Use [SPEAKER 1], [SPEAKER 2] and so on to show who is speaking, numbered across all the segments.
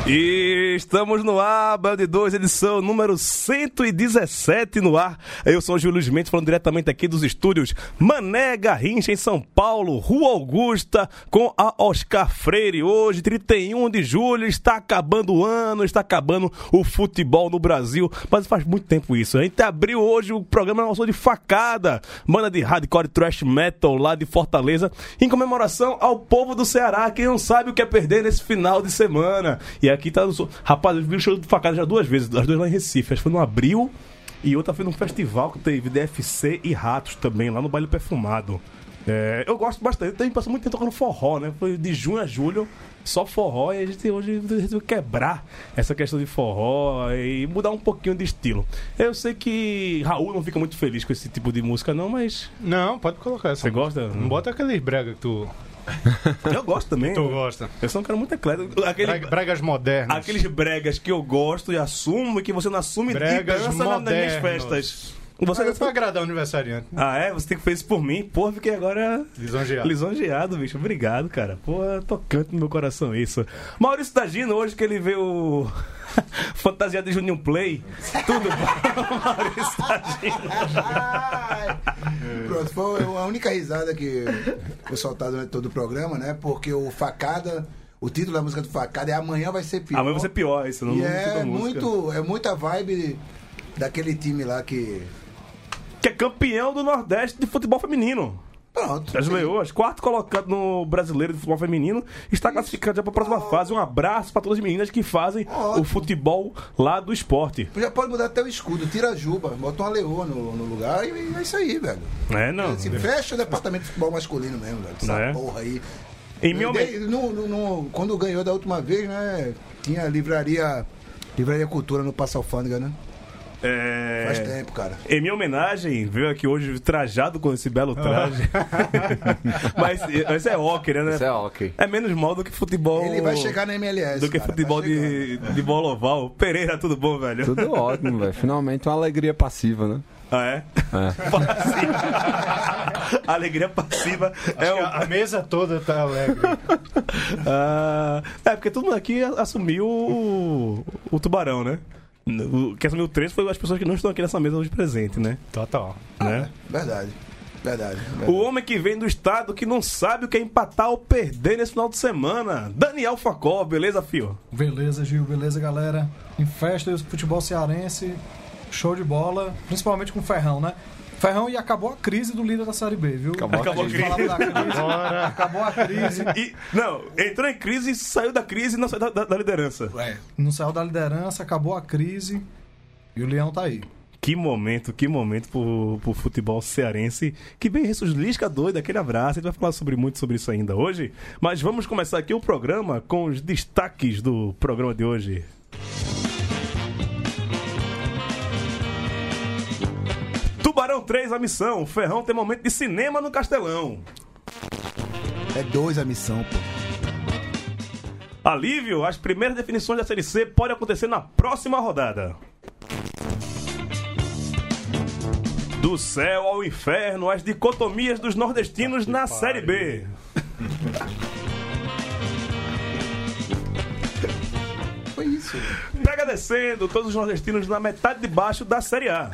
[SPEAKER 1] E estamos no ar, Bel de 2, edição número 117 no ar. Eu sou o Júlio Mendes, falando diretamente aqui dos estúdios Mané Garrincha, em São Paulo, Rua Augusta, com a Oscar Freire. Hoje, 31 de julho, está acabando o ano, está acabando o futebol no Brasil, mas faz muito tempo isso. A gente abriu hoje o programa nosso de facada, banda de hardcore trash metal lá de Fortaleza, em comemoração ao povo do Ceará, que não sabe o que é perder nesse final de semana. E aqui tá. no sul. Rapaz, eu vi o show do facada já duas vezes, as duas lá em Recife. Acho que foi no abril e outra foi num festival que teve DFC e Ratos também, lá no Baile Perfumado. É, eu gosto bastante, também passou muito tempo tocando forró, né? Foi de junho a julho, só forró, e a gente hoje resolveu quebrar essa questão de forró e mudar um pouquinho de estilo. Eu sei que Raul não fica muito feliz com esse tipo de música, não, mas
[SPEAKER 2] Não, pode colocar essa.
[SPEAKER 1] você gosta?
[SPEAKER 2] Não bota aqueles brega que tu,
[SPEAKER 1] Eu gosto também.
[SPEAKER 2] tu gosta.
[SPEAKER 1] Eu sou um cara muito eclético. Aquele,
[SPEAKER 2] Brega- bregas modernas.
[SPEAKER 1] Aqueles bregas que eu gosto e assumo e que você não assume
[SPEAKER 2] Bregas
[SPEAKER 1] e dança na- nas minhas
[SPEAKER 2] modernos.
[SPEAKER 1] festas.
[SPEAKER 2] Você
[SPEAKER 1] Você
[SPEAKER 2] é pra agradar o aniversariante.
[SPEAKER 1] Ah, é? Você tem que fazer isso por mim? Porra, fiquei agora
[SPEAKER 2] Lisonjeado.
[SPEAKER 1] lisonjeado, bicho. Obrigado, cara. Pô, é tocante no meu coração isso. Maurício Tagino, hoje que ele veio fantasiado de Juninho Play. Tudo bom, Maurício Tagino?
[SPEAKER 3] Pronto, foi a única risada que vou soltar durante todo o programa, né? Porque o Facada, o título da música do Facada é Amanhã Vai Ser Pior.
[SPEAKER 1] Amanhã vai ser pior isso. Não
[SPEAKER 3] E
[SPEAKER 1] não
[SPEAKER 3] é,
[SPEAKER 1] escuta música.
[SPEAKER 3] muito, é muita vibe daquele time lá que...
[SPEAKER 1] Que é campeão do Nordeste de futebol feminino.
[SPEAKER 3] Pronto.
[SPEAKER 1] As leoas, quarto colocado no brasileiro de futebol feminino, está classificado já para a próxima fase. Um abraço para todas as meninas que fazem
[SPEAKER 3] Ótimo.
[SPEAKER 1] o futebol lá do esporte.
[SPEAKER 3] Já pode mudar até o escudo, tira a juba, bota uma leoa no, no lugar e é isso aí, velho.
[SPEAKER 1] É, não.
[SPEAKER 3] Se fecha o departamento de futebol masculino mesmo, velho. Essa
[SPEAKER 1] Não é?
[SPEAKER 3] porra aí.
[SPEAKER 1] Em minha
[SPEAKER 3] Dei- no- no- no- quando ganhou da última vez, né? Tinha livraria. Livraria Cultura no Passa Alfândega, né?
[SPEAKER 1] É,
[SPEAKER 3] Faz tempo, cara.
[SPEAKER 1] Em minha homenagem, veio aqui hoje trajado com esse belo traje. Mas esse é hockey, né?
[SPEAKER 4] Isso é ok.
[SPEAKER 1] É menos mal do que futebol.
[SPEAKER 3] Ele vai chegar na MLS.
[SPEAKER 1] Do que
[SPEAKER 3] cara,
[SPEAKER 1] futebol
[SPEAKER 3] vai chegar.
[SPEAKER 1] de, de bola oval. Pereira, tudo bom, velho?
[SPEAKER 4] Tudo ótimo, velho. Finalmente uma alegria passiva, né?
[SPEAKER 1] Ah, é? Passiva. Alegria passiva. é o...
[SPEAKER 2] A mesa toda tá alegre.
[SPEAKER 1] Ah, é, porque todo mundo aqui a- assumiu o, o tubarão, né? O, que assumiu o 3 foi as pessoas que não estão aqui nessa mesa hoje presente, né?
[SPEAKER 2] Total.
[SPEAKER 1] Né?
[SPEAKER 3] Verdade. Verdade. verdade.
[SPEAKER 1] O homem que vem do estado que não sabe o que é empatar ou perder nesse final de semana. Daniel Facó, beleza, fio?
[SPEAKER 5] Beleza, Gil, beleza, galera. Em festa, o futebol cearense, show de bola, principalmente com o Ferrão, né? Ferrão e acabou a crise do líder da Série B, viu?
[SPEAKER 4] Acabou a
[SPEAKER 1] crise.
[SPEAKER 5] falava da crise. Acabou a crise.
[SPEAKER 1] E, não, entrou em crise, saiu da crise e não saiu da, da- da liderança.
[SPEAKER 5] Não saiu da liderança, acabou a crise. E o Leão tá aí.
[SPEAKER 1] Que momento, que momento pro, pro futebol cearense. Que bem isso, Lisca doido, aquele abraço. A gente vai falar sobre muito sobre isso ainda hoje. Mas vamos começar aqui o programa com os destaques do programa de hoje. Tubarão 3, a missão. Ferrão tem momento de cinema no Castelão.
[SPEAKER 3] É dois a missão, pô.
[SPEAKER 1] Alívio, as primeiras definições da Série C podem acontecer na próxima rodada. Do céu ao inferno, as dicotomias dos nordestinos na Série B.
[SPEAKER 3] Foi isso.
[SPEAKER 1] Pega descendo, todos os nordestinos na metade de baixo da Série A.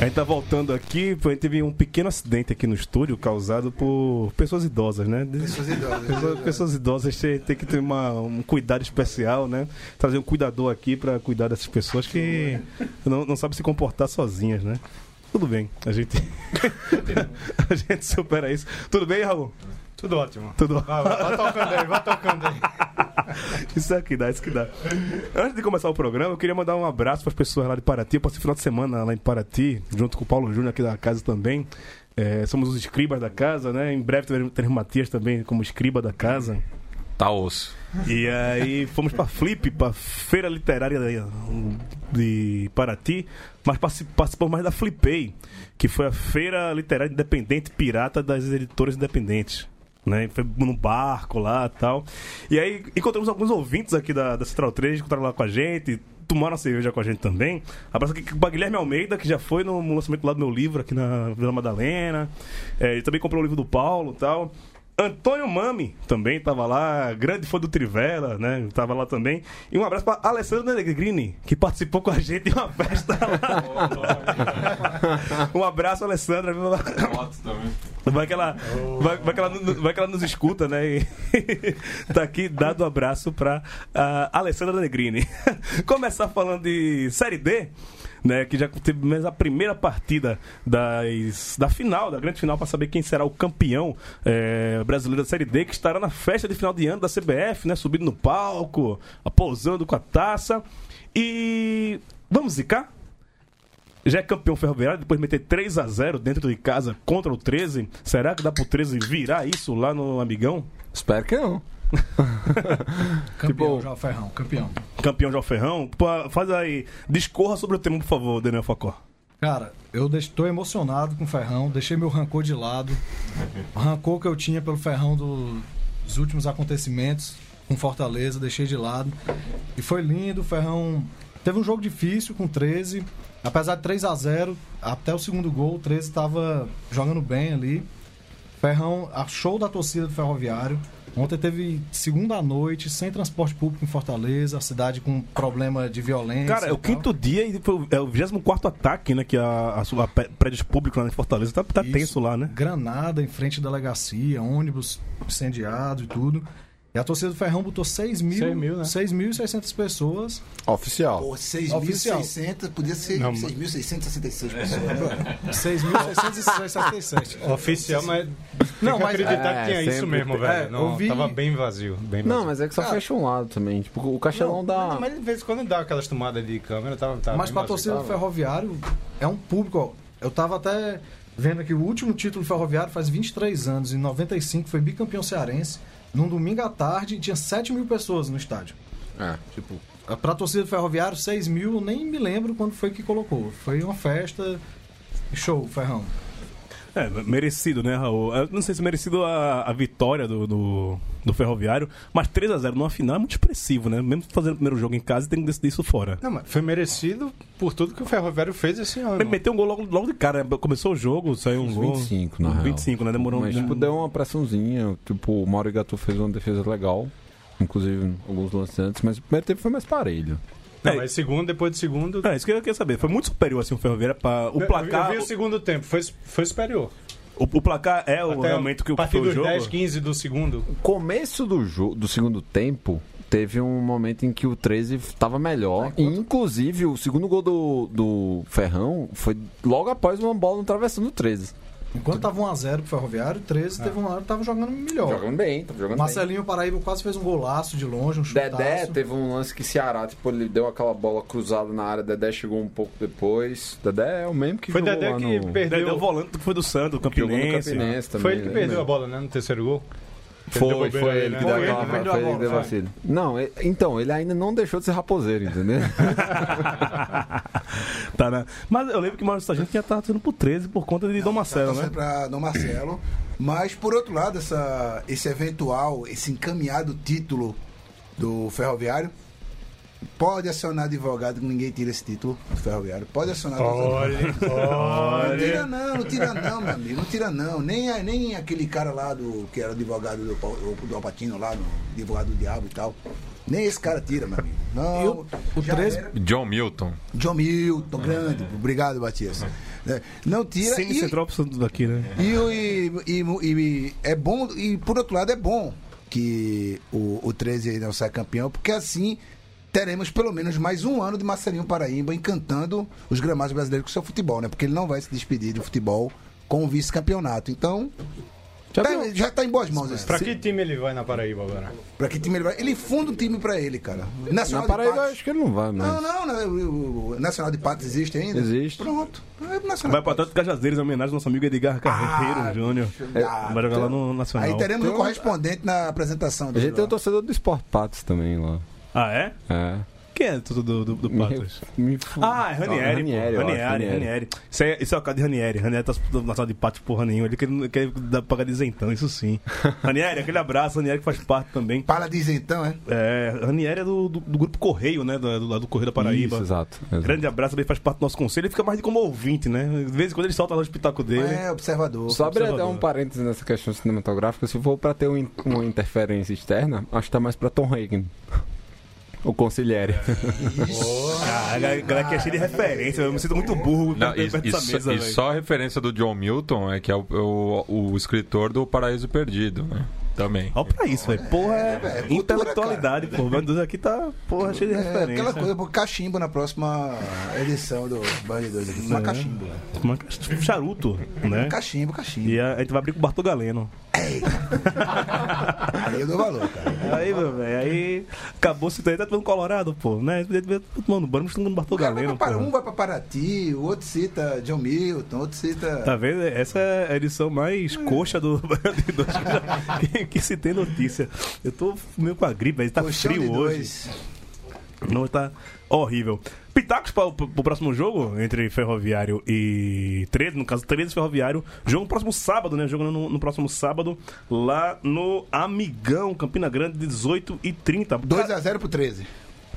[SPEAKER 1] A gente tá voltando aqui, pô, a gente teve um pequeno acidente aqui no estúdio causado por pessoas idosas, né? De-
[SPEAKER 3] Pessoas idosas.
[SPEAKER 1] Pessoas, pessoas idosas têm têm que ter uma- um cuidado especial, né? Trazer um cuidador aqui pra cuidar dessas pessoas que não, não sabem se comportar sozinhas, né? Tudo bem, a gente a gente supera isso. Tudo bem, Raul?
[SPEAKER 2] Tudo ótimo.
[SPEAKER 1] Tudo bom?
[SPEAKER 2] Vai, vai, vai tocando aí, vai tocando aí.
[SPEAKER 1] Isso é que dá, isso que dá. Antes de começar o programa, eu queria mandar um abraço para as pessoas lá de Paraty. Eu passei o final de semana lá em Paraty, junto com o Paulo Júnior aqui da casa também. É, somos os escribas da casa, né? Em breve teremos, teremos Matias também como escriba da casa.
[SPEAKER 6] Tá osso.
[SPEAKER 1] E aí fomos pra Flip, pra Feira Literária de- de Paraty, mas parti- participamos mais da Flipei, que foi a Feira Literária Independente Pirata das Editoras Independentes. Né? E Foi num barco lá e tal. E aí encontramos alguns ouvintes aqui da, da Central 3, encontraram lá com a gente, tomaram a cerveja com a gente também. Abraço aqui para Guilherme Almeida, que já foi no lançamento lá do meu livro aqui na Vila Madalena. É, ele também comprou o livro do Paulo e tal. Antônio Mami também tava lá, grande fã do Trivela, né? Tava lá também. E um abraço pra Alessandra Negrini, que participou com a gente de uma festa lá. um abraço, Alessandra. viu? Vai que ela, vai, vai que ela, nu- vai que ela nos escuta, né? E tá aqui dado um abraço pra ah, Alessandra Negrini. Começar falando de Série D, né? Que já teve mesmo a primeira partida das, da final, da grande final, pra saber quem será o campeão eh, brasileiro da Série D, que estará na festa de final de ano da CBF, né? Subindo no palco, pousando com a taça. E vamos zicar? Já é campeão ferroviário, depois meter 3 a 0 dentro de casa contra o 13. Será que dá pro 13 virar isso lá no Amigão?
[SPEAKER 4] Espero que não.
[SPEAKER 5] Campeão,
[SPEAKER 4] Tipo-
[SPEAKER 5] já, Ferrão, campeão.
[SPEAKER 1] Campeão de Alferrão? Pô, Faz aí. Discorra sobre o tema, por favor, Daniel Facó.
[SPEAKER 5] Cara, eu estou emocionado com o Ferrão, deixei meu rancor de lado. O rancor que eu tinha pelo Ferrão do- dos últimos acontecimentos com Fortaleza, deixei de lado. E foi lindo, o Ferrão teve um jogo difícil com 13. Apesar de 3 a 0 até o segundo gol, o 13 estava jogando bem ali. Ferrão achou da torcida do Ferroviário. Ontem teve segunda noite, sem transporte público em Fortaleza, a cidade com problema de violência.
[SPEAKER 1] Cara, é
[SPEAKER 5] e
[SPEAKER 1] o
[SPEAKER 5] tal.
[SPEAKER 1] quinto dia e foi o- é o 24 ataque, né? Que a, a, sua- a pé- prédios públicos lá em Fortaleza tá, tá
[SPEAKER 5] Isso.
[SPEAKER 1] tenso lá, né?
[SPEAKER 5] Granada em frente à delegacia, ônibus incendiado e tudo. E a torcida do Ferrão botou 6 mil,
[SPEAKER 7] 6 mil, né?
[SPEAKER 5] 6.600 pessoas.
[SPEAKER 4] Oficial.
[SPEAKER 3] Pô, 6.600, podia ser
[SPEAKER 1] Não,
[SPEAKER 3] 6.666 pessoas. né?
[SPEAKER 7] É.
[SPEAKER 5] 6.667.
[SPEAKER 7] Oficial, mas.
[SPEAKER 5] Não,
[SPEAKER 7] Não,
[SPEAKER 5] mas-
[SPEAKER 7] acreditar
[SPEAKER 4] É,
[SPEAKER 7] que tinha isso
[SPEAKER 4] sempre
[SPEAKER 7] mesmo,
[SPEAKER 4] tem.
[SPEAKER 7] velho.
[SPEAKER 5] É, eu
[SPEAKER 7] não,
[SPEAKER 5] vi-
[SPEAKER 7] tava bem vazio. Bem
[SPEAKER 4] Não,
[SPEAKER 7] vazio.
[SPEAKER 4] mas é que só fecha um lado também. Tipo, o castelão dá.
[SPEAKER 7] Mas de vez em quando dá aquelas tomadas de câmera,
[SPEAKER 2] tá,
[SPEAKER 7] tava. tava
[SPEAKER 5] Mas
[SPEAKER 7] bem
[SPEAKER 5] pra
[SPEAKER 7] vazio.
[SPEAKER 5] torcida do
[SPEAKER 7] Tava.
[SPEAKER 5] Ferroviário é um público, ó. Eu tava até vendo aqui o último título do Ferroviário faz 23 anos, em 95 foi bicampeão cearense. Num domingo à tarde tinha 7 mil pessoas no estádio. Ah,
[SPEAKER 4] É, tipo.
[SPEAKER 5] Pra torcida do Ferroviário, 6 mil, eu nem me lembro quando foi que colocou. Foi uma festa. Show, Ferrão.
[SPEAKER 1] É, merecido, né, Raul? Eu não sei se merecido a, a vitória do, do, do Ferroviário, mas 3 a 0 numa final é muito expressivo, né? Mesmo fazendo o primeiro jogo em casa, tem que decidir isso fora.
[SPEAKER 7] Não, mas foi merecido por tudo que o Ferroviário fez esse ano.
[SPEAKER 1] Ele meteu um gol logo, logo de cara, né? Começou o jogo, saiu um
[SPEAKER 4] Uns
[SPEAKER 1] gol.
[SPEAKER 4] 25, na real.
[SPEAKER 1] 25, né? Demorou
[SPEAKER 4] Mas,
[SPEAKER 1] um
[SPEAKER 4] tipo, deu uma pressãozinha. Tipo, o Mauro Gatu fez uma defesa legal. Inclusive, alguns lances antes. Mas o primeiro tempo foi mais parelho.
[SPEAKER 7] Não, mas segundo, depois de segundo.
[SPEAKER 1] É, isso que eu queria saber. Foi muito superior assim o Ferroviária para o
[SPEAKER 7] Eu-
[SPEAKER 1] placar.
[SPEAKER 7] Eu vi assim, o segundo tempo, foi, foi superior.
[SPEAKER 1] O, o placar é o realmente que
[SPEAKER 7] a
[SPEAKER 1] o que
[SPEAKER 7] partir
[SPEAKER 1] foi o
[SPEAKER 7] dos
[SPEAKER 1] jogo.
[SPEAKER 7] 10, 15 do segundo.
[SPEAKER 4] começo do jogo, do segundo tempo, teve um momento em que o 13 tava melhor. Inclusive, o segundo gol do, do Ferrão foi logo após uma bola no travessão do 13.
[SPEAKER 5] Enquanto tava 1x0 pro Ferroviário, 13 teve um hora tava jogando
[SPEAKER 4] É.
[SPEAKER 5] melhor.
[SPEAKER 4] Jogando bem, tava jogando
[SPEAKER 5] Marcelinho Paraíba quase fez um golaço de longe, um
[SPEAKER 4] bem.
[SPEAKER 5] chutaço.
[SPEAKER 4] Dedé teve um lance que Ceará, tipo, ele deu aquela bola cruzada na área, Dedé chegou um pouco depois. Dedé é o mesmo que
[SPEAKER 7] Foi
[SPEAKER 4] jogou
[SPEAKER 7] Dedé
[SPEAKER 4] lá
[SPEAKER 7] que
[SPEAKER 4] no...
[SPEAKER 1] Daí deu o
[SPEAKER 7] perdeu.
[SPEAKER 1] volante que foi do Santos, do
[SPEAKER 4] Jogou no
[SPEAKER 1] Campinense.
[SPEAKER 4] Campinense também.
[SPEAKER 7] Foi ele que
[SPEAKER 4] né?
[SPEAKER 7] perdeu a bola, né? No terceiro gol.
[SPEAKER 4] Foi,
[SPEAKER 7] Ele derrubou
[SPEAKER 4] foi
[SPEAKER 7] ele,
[SPEAKER 4] ele que
[SPEAKER 7] né?
[SPEAKER 4] deu
[SPEAKER 7] Foi ele
[SPEAKER 4] aquela
[SPEAKER 7] que perdeu
[SPEAKER 4] foi ele que deu vacilo. Não, e- então, ele ainda não deixou de ser raposeiro, entendeu?
[SPEAKER 1] Tá, né? Mas eu lembro que o Maurício Sargento já tava sendo pro 13 por conta de Dom
[SPEAKER 7] tá
[SPEAKER 1] Marcelo,
[SPEAKER 3] Torcendo
[SPEAKER 1] né?
[SPEAKER 3] pra Dom Marcelo. Mas, por outro lado, essa, esse eventual, esse encaminhado título do Ferroviário, pode acionar advogado que ninguém tira esse título do Ferroviário. Pode acionar advogado. Não tira não, não tira não, meu amigo, não tira não. Nem, a- nem aquele cara lá do que era advogado do, Pau- do Alpatino lá, no, advogado do diabo e tal. Nem esse cara tira, meu amigo. Não,
[SPEAKER 5] E o- o
[SPEAKER 3] já
[SPEAKER 5] 13
[SPEAKER 3] era.
[SPEAKER 6] John Milton. Uhum.
[SPEAKER 3] John Milton, grande. Obrigado, Matias. né? Não tira.
[SPEAKER 1] Cine
[SPEAKER 3] e-
[SPEAKER 1] Central pro Santos daqui, né?
[SPEAKER 3] e, o- e, e, e é bom, e por outro lado é bom que o, o 13 não saia campeão, porque assim teremos pelo menos mais um ano de Marcelinho Paraíba encantando os gramados brasileiros com seu futebol, né? Porque ele não vai se despedir do futebol com o vice-campeonato. Então,
[SPEAKER 1] Já
[SPEAKER 3] tá-
[SPEAKER 1] viu?
[SPEAKER 3] já está em boas mãos. esse-
[SPEAKER 7] Pra que time ele vai na Paraíba agora?
[SPEAKER 3] pra que time ele vai? Ele funda um time pra ele, cara. Nacional
[SPEAKER 4] Na
[SPEAKER 3] de
[SPEAKER 4] Paraíba eu
[SPEAKER 3] Patos.
[SPEAKER 4] acho que ele não vai, mas.
[SPEAKER 3] Não, não, não, o- o Nacional de Patos existe ainda?
[SPEAKER 4] Existe.
[SPEAKER 3] Pronto. É o Nacional
[SPEAKER 1] Vai
[SPEAKER 3] de
[SPEAKER 1] pra
[SPEAKER 3] Patos.
[SPEAKER 1] tanto Cajazeiras, em homenagem ao nosso amigo Edgar Carreiro
[SPEAKER 3] Ah,
[SPEAKER 1] Júnior.
[SPEAKER 3] ah,
[SPEAKER 1] vai jogar lá
[SPEAKER 7] tá.
[SPEAKER 1] no Nacional.
[SPEAKER 3] Aí teremos um
[SPEAKER 4] Então-
[SPEAKER 3] correspondente na apresentação
[SPEAKER 4] A
[SPEAKER 3] dele.
[SPEAKER 4] gente tem
[SPEAKER 3] lá.
[SPEAKER 4] um torcedor do Sport Patos também lá.
[SPEAKER 1] Ah, é?
[SPEAKER 4] É.
[SPEAKER 1] Quem é do, do, do, do Patos?
[SPEAKER 4] Me, me fu-
[SPEAKER 1] Ah, é Ranieri.
[SPEAKER 4] Ah, Ranieri,
[SPEAKER 1] Ranieri,
[SPEAKER 4] eu acho,
[SPEAKER 1] Ranieri,
[SPEAKER 4] Ranieri.
[SPEAKER 1] Ranieri. Isso é, isso é o caso de Ranieri. Ranieri tá disputando na sala de pátio porra nenhuma. Ele quer, quer dar pagar de isentão, isso sim. Ranieri, aquele abraço. Ranieri que faz parte também.
[SPEAKER 3] Para dizer então, é?
[SPEAKER 1] É, Ranieri é do, do, do grupo Correio, né? Do, do, lá do Correio da Paraíba.
[SPEAKER 4] Isso, exato. exato.
[SPEAKER 1] Grande abraço, ele faz parte do nosso conselho. Ele fica mais como ouvinte, né? De vez em quando ele solta lá o espetáculo dele.
[SPEAKER 3] É, observador.
[SPEAKER 4] Só abrir até
[SPEAKER 1] Observador.
[SPEAKER 4] um parênteses nessa questão cinematográfica, se for pra ter um in- uma interferência externa, acho que tá mais pra Tom Hagen. O conselheiro.
[SPEAKER 1] Ah, a galera que é cheia de referência. Eu me sinto
[SPEAKER 3] é.
[SPEAKER 1] muito burro
[SPEAKER 6] Não, Ah, e,
[SPEAKER 1] perto
[SPEAKER 6] e
[SPEAKER 1] dessa
[SPEAKER 6] só-
[SPEAKER 1] mesa,
[SPEAKER 6] e
[SPEAKER 1] velho.
[SPEAKER 6] só a referência do John Milton é que é o, o, o escritor do Paraíso Perdido, né? Também.
[SPEAKER 1] Olha pra isso, velho. Porra, é,
[SPEAKER 3] velho, cultura,
[SPEAKER 1] intelectualidade, pô. O Meu Deus, aqui tá, porra, cheio de
[SPEAKER 3] É,
[SPEAKER 1] referência.
[SPEAKER 3] aquela coisa, pô, cachimbo na próxima edição do Band 2 aqui.
[SPEAKER 1] É.
[SPEAKER 3] Uma cachimbo. né?
[SPEAKER 1] Uma- tipo, charuto, né?
[SPEAKER 3] Cachimbo, cachimbo.
[SPEAKER 1] E a, a gente vai abrir com o Bartô Galeno.
[SPEAKER 3] Aí eu dou valor, cara.
[SPEAKER 1] Aí, meu velho, aí acabou se tá tomando Colorado, pô, né? Mano, vamos tomando Bartô
[SPEAKER 3] O cara vai
[SPEAKER 1] Galeno,
[SPEAKER 3] pra,
[SPEAKER 1] pô.
[SPEAKER 3] Pará, um vai pra Paraty, o outro cita John Milton, o outro cita.
[SPEAKER 1] Tá vendo? Essa é a edição mais coxa do de dois que, que- que se tem notícia. Eu tô meio com a gripe, velho. Tá
[SPEAKER 3] Colchão de
[SPEAKER 1] frio hoje.
[SPEAKER 3] dois.
[SPEAKER 1] Não, tá horrível. Pitacos para o próximo jogo entre Ferroviário e 13, no caso 13 Ferroviário. Jogo no próximo sábado, né? Jogo no, no próximo sábado lá no Amigão, Campina Grande, 18 e 30.
[SPEAKER 3] 2x0 pro 13.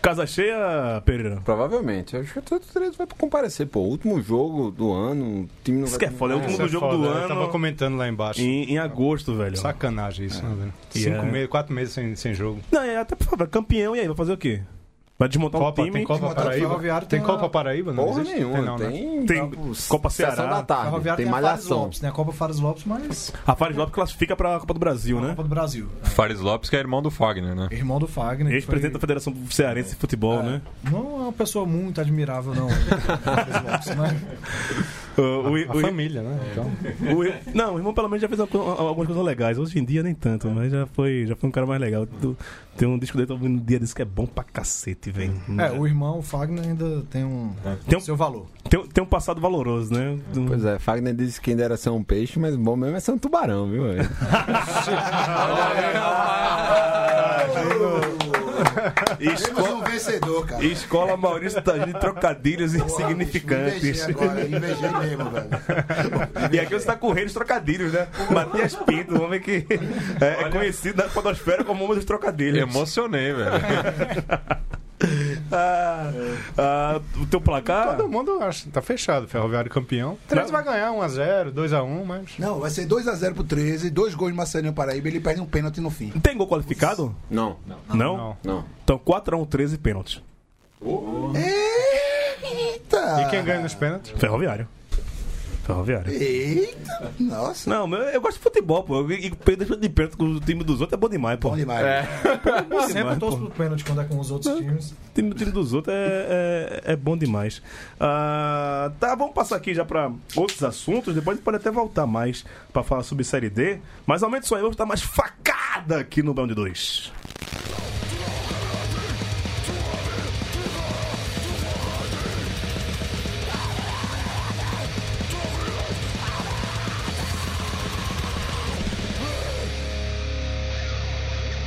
[SPEAKER 1] Casa cheia, Pereira.
[SPEAKER 4] Provavelmente. Acho que todo três vai comparecer, pô. Último jogo do ano, o time não
[SPEAKER 1] Isso
[SPEAKER 4] vai.
[SPEAKER 1] que é foda, é o último
[SPEAKER 7] Isso é
[SPEAKER 1] jogo do
[SPEAKER 7] foda, Eu
[SPEAKER 1] ano.
[SPEAKER 7] tava comentando lá embaixo.
[SPEAKER 1] Em, em agosto, velho.
[SPEAKER 7] Sacanagem isso, né, velho?
[SPEAKER 1] Yeah.
[SPEAKER 7] Cinco meses, quatro meses sem, sem jogo.
[SPEAKER 1] Não, é até por favor, campeão, e aí? Vai fazer o quê? Vai desmontar
[SPEAKER 7] Copa,
[SPEAKER 1] um time?
[SPEAKER 7] tem Copa
[SPEAKER 3] Desmontar o
[SPEAKER 7] Paraíba?
[SPEAKER 5] Ferroviário,
[SPEAKER 7] Tem
[SPEAKER 5] tem
[SPEAKER 7] Copa
[SPEAKER 5] uma-
[SPEAKER 7] Paraíba? Não
[SPEAKER 4] Porra
[SPEAKER 7] existe?
[SPEAKER 4] nenhuma,
[SPEAKER 7] não, né?
[SPEAKER 4] tem.
[SPEAKER 1] Tem Copa
[SPEAKER 4] Sessão
[SPEAKER 1] Ceará.
[SPEAKER 4] da tarde, tem
[SPEAKER 5] a Fares
[SPEAKER 4] malhação.
[SPEAKER 5] Lopes, né? A Copa Fares Lopes, mas.
[SPEAKER 1] Rafael Lopes classifica pra Copa do Brasil, né?
[SPEAKER 5] Copa do Brasil.
[SPEAKER 6] Fares Lopes, que é irmão do Fagner, né?
[SPEAKER 5] Irmão do Fagner. que foi-
[SPEAKER 1] Ex-presidente da Federação Cearense de Futebol, né?
[SPEAKER 5] Não é uma pessoa muito admirável, não. Fares Lopes, né?
[SPEAKER 1] O- o-
[SPEAKER 7] A
[SPEAKER 1] o-
[SPEAKER 7] família, né? Então,
[SPEAKER 1] O ir- Não, o irmão pelo menos já fez uma co- algumas coisas legais. Hoje em dia nem tanto, mas já foi, já foi um cara mais legal. Tu- Tem um disco dele, tô ouvindo um dia desse que é bom pra cacete, velho.
[SPEAKER 5] É, o irmão Fagner ainda tem um.
[SPEAKER 1] Tem um-
[SPEAKER 5] seu valor.
[SPEAKER 1] Tem, tem um passado valoroso, né? Um-
[SPEAKER 4] Pois é, Fagner disse que ainda era ser um peixe, mas bom mesmo é ser um tubarão, viu? velho?
[SPEAKER 3] Temos um vencedor, cara.
[SPEAKER 1] Escola Maurício Tagini, trocadilhos
[SPEAKER 3] Porra,
[SPEAKER 1] insignificantes.
[SPEAKER 3] bicho, Invejei agora, invejei mesmo, velho.
[SPEAKER 1] E aqui você tá com o rei dos trocadilhos, né? Matias Pinto, um homem que é, é conhecido na podosfera como homem dos trocadilhos.
[SPEAKER 6] Emocionei, velho.
[SPEAKER 1] Ah, ah, o teu placar?
[SPEAKER 7] todo mundo acha. Tá fechado. Ferroviário campeão. 13 vai ganhar 1x0, 2x1, mas.
[SPEAKER 3] Não, vai ser 2x0 pro 13, dois gols de Marcelinho Paraíba, ele perde um pênalti no fim.
[SPEAKER 1] Tem gol qualificado?
[SPEAKER 4] Não,
[SPEAKER 1] Não?
[SPEAKER 7] Não.
[SPEAKER 4] não.
[SPEAKER 1] Então 4x1, 13 pênaltis.
[SPEAKER 3] Eita!
[SPEAKER 7] E quem ganha nos pênaltis?
[SPEAKER 1] Ferroviário. Ferroviário.
[SPEAKER 3] Eita! Nossa!
[SPEAKER 1] Não, meu, eu gosto de futebol, pô. E e perder de perto com o time dos outros é bom demais, pô.
[SPEAKER 3] Bom demais.
[SPEAKER 1] É. Bom
[SPEAKER 5] Sempre
[SPEAKER 1] demais,
[SPEAKER 5] torço
[SPEAKER 1] pô.
[SPEAKER 5] pro pênalti quando é com os outros times.
[SPEAKER 1] O time, o time dos outros é, é, é bom demais. Ah, tá, vamos passar aqui já pra outros assuntos. Depois a gente pode até voltar mais pra falar sobre Série D. Mas aumente só aí, vamos dar mais facada aqui no Round 2.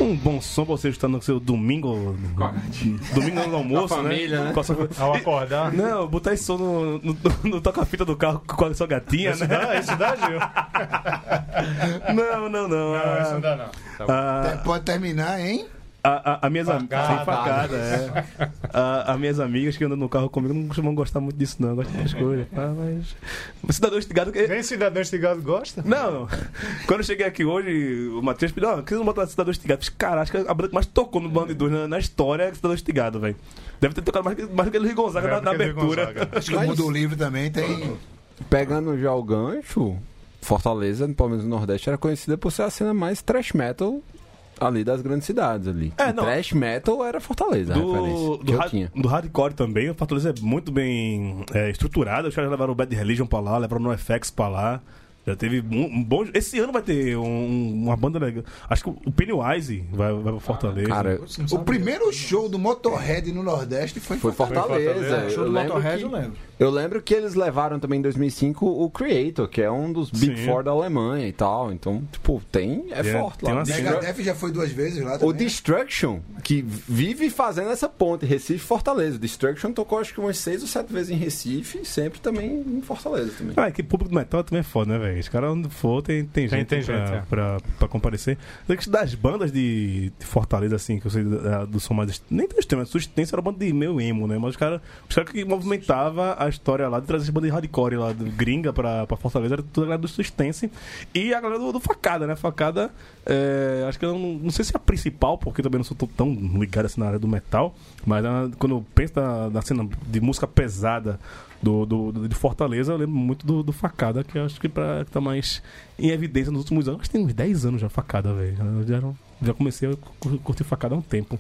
[SPEAKER 1] Um bom som pra você estar no seu domingo. Domingo no almoço,
[SPEAKER 4] Com a família, né?
[SPEAKER 1] Com a sua-
[SPEAKER 7] Ao acordar.
[SPEAKER 1] Não, botar esse som no, no, no toca-fita do carro com a sua gatinha,
[SPEAKER 7] Isso
[SPEAKER 1] né?
[SPEAKER 7] dá, isso dá, Gil?
[SPEAKER 1] Não, não, não. Ah,
[SPEAKER 7] Não, isso não
[SPEAKER 1] a,
[SPEAKER 7] dá, não. Tá bom.
[SPEAKER 1] a,
[SPEAKER 3] Te- Pode terminar, hein?
[SPEAKER 1] a, a minhas amigas.
[SPEAKER 7] Facada.
[SPEAKER 1] facada, é. A, a minhas amigas que andam no carro comigo não costumam gostar muito disso, não. Gostam das coisas. Ah, mas. O cidadão estigado. que-
[SPEAKER 7] Nem cidadão estigado gosta.
[SPEAKER 1] Não, quando eu cheguei aqui hoje, o Matheus pediu, ó, que vocês não botaram cidadão estigado? Eu Fiz, cara, acho que a banda que mais tocou no Bando de Dois na, na história é cidadão estigado, velho. Deve ter tocado mais, que- mais do que Luiz Gonzaga
[SPEAKER 7] Mais
[SPEAKER 1] na,
[SPEAKER 7] do
[SPEAKER 1] na
[SPEAKER 7] que Luiz
[SPEAKER 1] abertura.
[SPEAKER 7] Gonzaga.
[SPEAKER 3] Acho que o Mundo Livre também tem
[SPEAKER 4] Pegando já o gancho, Fortaleza, pelo menos no Nordeste, era conhecida por ser a cena mais trash metal ali das grandes cidades ali.
[SPEAKER 1] É,
[SPEAKER 4] E
[SPEAKER 1] não.
[SPEAKER 4] Trash metal era Fortaleza, a
[SPEAKER 1] Do,
[SPEAKER 4] referência
[SPEAKER 1] do,
[SPEAKER 4] que eu
[SPEAKER 1] hard-
[SPEAKER 4] tinha.
[SPEAKER 1] do hardcore também, a Fortaleza é muito bem é, estruturada. Os caras levaram o Bad Religion pra lá, levaram o NoFX pra lá. Já teve um, um bom. Esse ano vai ter um- uma banda legal. Acho que o Pennywise vai, vai pra Fortaleza.
[SPEAKER 4] Ah, Cara,
[SPEAKER 3] O
[SPEAKER 5] né?
[SPEAKER 3] primeiro show do Motorhead no Nordeste foi, em
[SPEAKER 4] foi
[SPEAKER 3] Fortaleza.
[SPEAKER 4] Fortaleza.
[SPEAKER 1] né?
[SPEAKER 5] Show
[SPEAKER 4] Eu
[SPEAKER 5] do
[SPEAKER 4] lembro,
[SPEAKER 5] Motorhead, eu
[SPEAKER 4] que,
[SPEAKER 5] lembro.
[SPEAKER 4] eu lembro que eles levaram também em 2005 o Creator, que é um dos Big
[SPEAKER 1] Sim.
[SPEAKER 4] Four da Alemanha e tal. Então, tipo, tem. É
[SPEAKER 1] É,
[SPEAKER 4] forte
[SPEAKER 1] tem
[SPEAKER 4] lá.
[SPEAKER 1] uma cena-
[SPEAKER 3] Megadeth já foi duas vezes lá
[SPEAKER 4] O
[SPEAKER 3] também. né?
[SPEAKER 4] Destruction, que vive fazendo essa ponte, Recife e Fortaleza. O Destruction tocou acho que umas seis ou sete vezes em Recife e sempre também em Fortaleza também.
[SPEAKER 1] Ah, é que público do metal também é foda, né, velho? Os caras onde for, tem, tem gente,
[SPEAKER 7] tem
[SPEAKER 1] pra,
[SPEAKER 7] gente, é.
[SPEAKER 1] pra, pra comparecer. Mas Das bandas de, de Fortaleza, assim, que eu sei da- do som mais. Nem tão extremo, mas sustência era banda de meio emo, né? Mas os caras os cara que movimentava a história lá de trazer essa banda de hardcore lá, do gringa pra, pra Fortaleza, era toda a galera do Sustence e a galera do, do Facada, né? Facada, é, acho que eu não, não sei se é a principal, porque também não sou tão- tão ligado assim na área do metal, mas ah, quando eu penso na, na cena de música pesada do, do, do- de Fortaleza, eu lembro muito do, do Facada, que eu acho que, pra, que tá mais em evidência nos últimos anos. Acho que tem uns 10 anos já Facada, velho. Eu Já, já comecei a cur- curtir Facada há um tempo.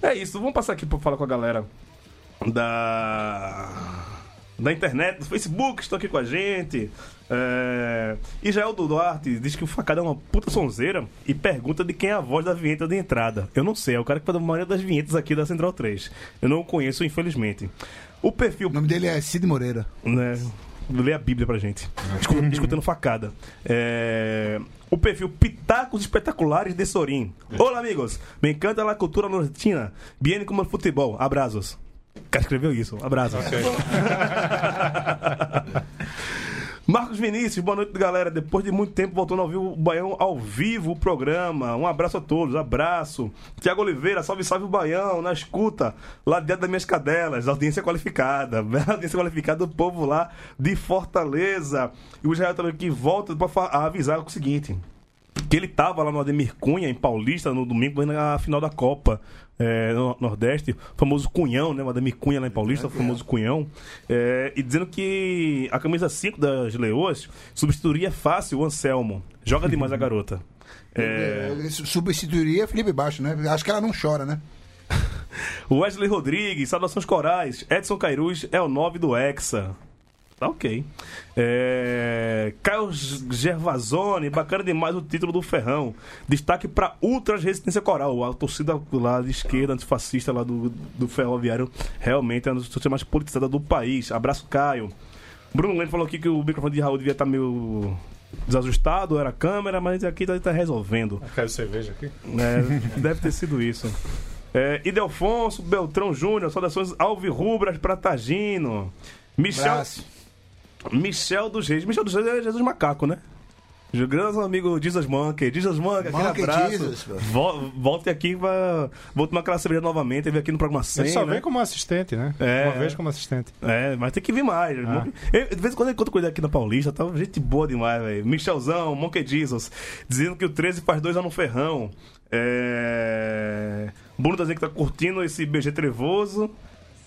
[SPEAKER 1] É isso, vamos passar aqui pra falar com a galera da da internet, do Facebook, estão aqui com a gente. É... Israel Duarte diz que o Facada é uma puta sonzeira e pergunta de quem é a voz da vinheta de entrada. Eu não sei, é o cara que faz a maioria das vinhetas aqui da Central 3. Eu não o conheço, infelizmente. O perfil
[SPEAKER 3] O nome dele é Cid Moreira.
[SPEAKER 1] né? Lê a Bíblia pra gente. Escu- Escutando facada. É, O perfil Pitacos Espetaculares de Sorim. Olá, amigos. Me encanta a cultura nordestina. Bien como el futebol. Abrazos. O cara escreveu isso. Abrazos. Marcos Vinícius, boa noite, galera. Depois de muito tempo voltando ao vivo, o Baião ao vivo o programa. Um abraço a todos, abraço. Tiago Oliveira, salve, salve o Baião, na escuta, lá dentro das minhas cadelas, audiência qualificada, bela audiência qualificada do povo lá de Fortaleza. E o Israel também que volta pra fa- avisar o seguinte: que ele tava lá no Ademir Cunha, em Paulista, no domingo, na final da Copa é, no Nordeste, o famoso Cunhão, né? O Ademir Cunha lá em Paulista, o famoso Cunhão. É, e dizendo que a camisa 5 das Leoas substituiria fácil o Anselmo. Joga demais a garota. É,
[SPEAKER 3] Ele substituiria Felipe Baixo, né? Acho que ela não chora, né?
[SPEAKER 1] Wesley Rodrigues, saudações corais. Edson Cairuz é o 9 do Hexa. Tá ok. É... Caio G- Gervasoni, bacana demais o título do Ferrão. Destaque pra Ultras Resistência Coral. A torcida lá de esquerda, antifascista lá do, do Ferroviário, realmente é uma das torcidas mais politizadas do país. Abraço, Caio. Bruno Leno falou aqui que o microfone de Raul devia estar meio desajustado, era a câmera, mas aqui tá, tá resolvendo.
[SPEAKER 7] Quero cerveja aqui.
[SPEAKER 1] É, deve ter sido isso. É, Idelfonso, Beltrão Júnior, saudações alvirrubras pra Tagino. Michel,
[SPEAKER 3] Braço.
[SPEAKER 1] Michel dos Reis. Michel dos Reis é Jesus Macaco, né? Meu Grande amigo Jesus Monkey. Jesus Monkey, aquele
[SPEAKER 3] Monkey
[SPEAKER 1] abraço.
[SPEAKER 3] Jesus, pô.
[SPEAKER 1] Vol- volte aqui, vai... vou tomar aquela cerveja novamente. Ele veio aqui no programa 100,
[SPEAKER 7] Ele só
[SPEAKER 1] né?
[SPEAKER 7] vem como assistente, né?
[SPEAKER 1] É.
[SPEAKER 7] Uma vez como assistente.
[SPEAKER 1] É, mas tem que vir mais. Eu, de vez em quando eu encontro com ele aqui na Paulista, tá gente boa demais, velho. Michelzão, Monkey Jesus, dizendo que o 13 faz dois lá no ferrão. É... Bruno tá dizendo que tá curtindo esse BG trevoso.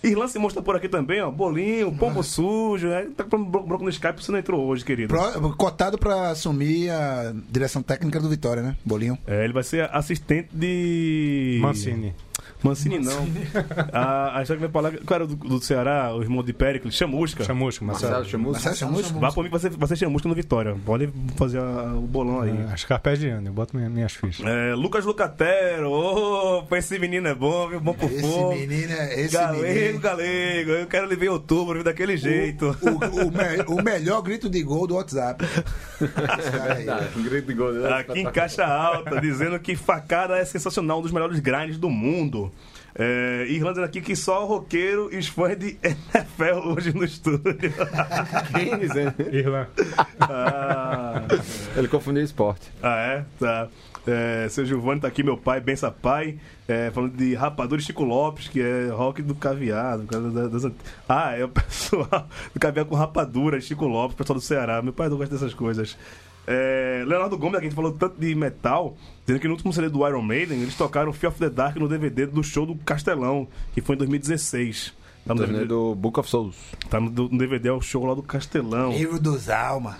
[SPEAKER 1] Irlan se mostra por aqui também, ó. Bolinho, pombo sujo, né? Tá com bro- bronco no Skype, você não entrou hoje, querido.
[SPEAKER 3] Pro- cotado pra assumir a direção técnica do Vitória, né? Bolinho.
[SPEAKER 1] É, ele vai ser assistente de.
[SPEAKER 7] Mancini.
[SPEAKER 1] Mancini não. a, a história que vai falar. Qual era o do, do Ceará, o irmão de Péricles? Chamusca.
[SPEAKER 7] Chamusco, Marcelo.
[SPEAKER 4] Marcelo Chamusca.
[SPEAKER 3] Mas sabe essa é música?
[SPEAKER 1] Vá por mim, você, você chamusca no Vitória. Pode fazer a- o bolão aí.
[SPEAKER 7] As carpés é de ano, eu boto minha- minhas fichas.
[SPEAKER 1] É, Lucas Lucatero, opa, esse menino é bom, viu? Bom por
[SPEAKER 3] Esse
[SPEAKER 1] bom.
[SPEAKER 3] menino é. Esse
[SPEAKER 1] galego,
[SPEAKER 3] menino. Uh.
[SPEAKER 1] galego, eu quero ele ver em outubro, viu? Daquele jeito.
[SPEAKER 3] O, o me- o melhor grito de gol do WhatsApp. Esse cara aí.
[SPEAKER 4] Ah, um
[SPEAKER 1] Aqui em Caixa Alta, dizendo que facada é sensacional, um dos melhores grinds do mundo. É, Irlanda aqui que só o roqueiro e os fãs de NFL hoje no estúdio.
[SPEAKER 7] Irlan.
[SPEAKER 1] Ah.
[SPEAKER 4] Ele confundiu esporte.
[SPEAKER 1] Ah, é? Tá. É, seu Giovanni tá aqui, meu pai, bença pai. É, falando de Rapadura e Chico Lopes, que é rock do caviar. Do, cara da- das ant- ah, é o pessoal do caviar com rapadura, Chico Lopes, pessoal do Ceará. Meu pai não gosta dessas coisas. É, Leonardo Gomes, aqui a gente falou tanto de metal, dizendo que no último CD do Iron Maiden, eles tocaram Fear of the Dark no DVD do show do Castelão, que foi em 2016. Tá no
[SPEAKER 4] Um
[SPEAKER 1] DVD,
[SPEAKER 4] Torneio do Book of Souls.
[SPEAKER 1] tá no, do- no DVD é o show lá do Castelão.
[SPEAKER 3] Livro dos Alma.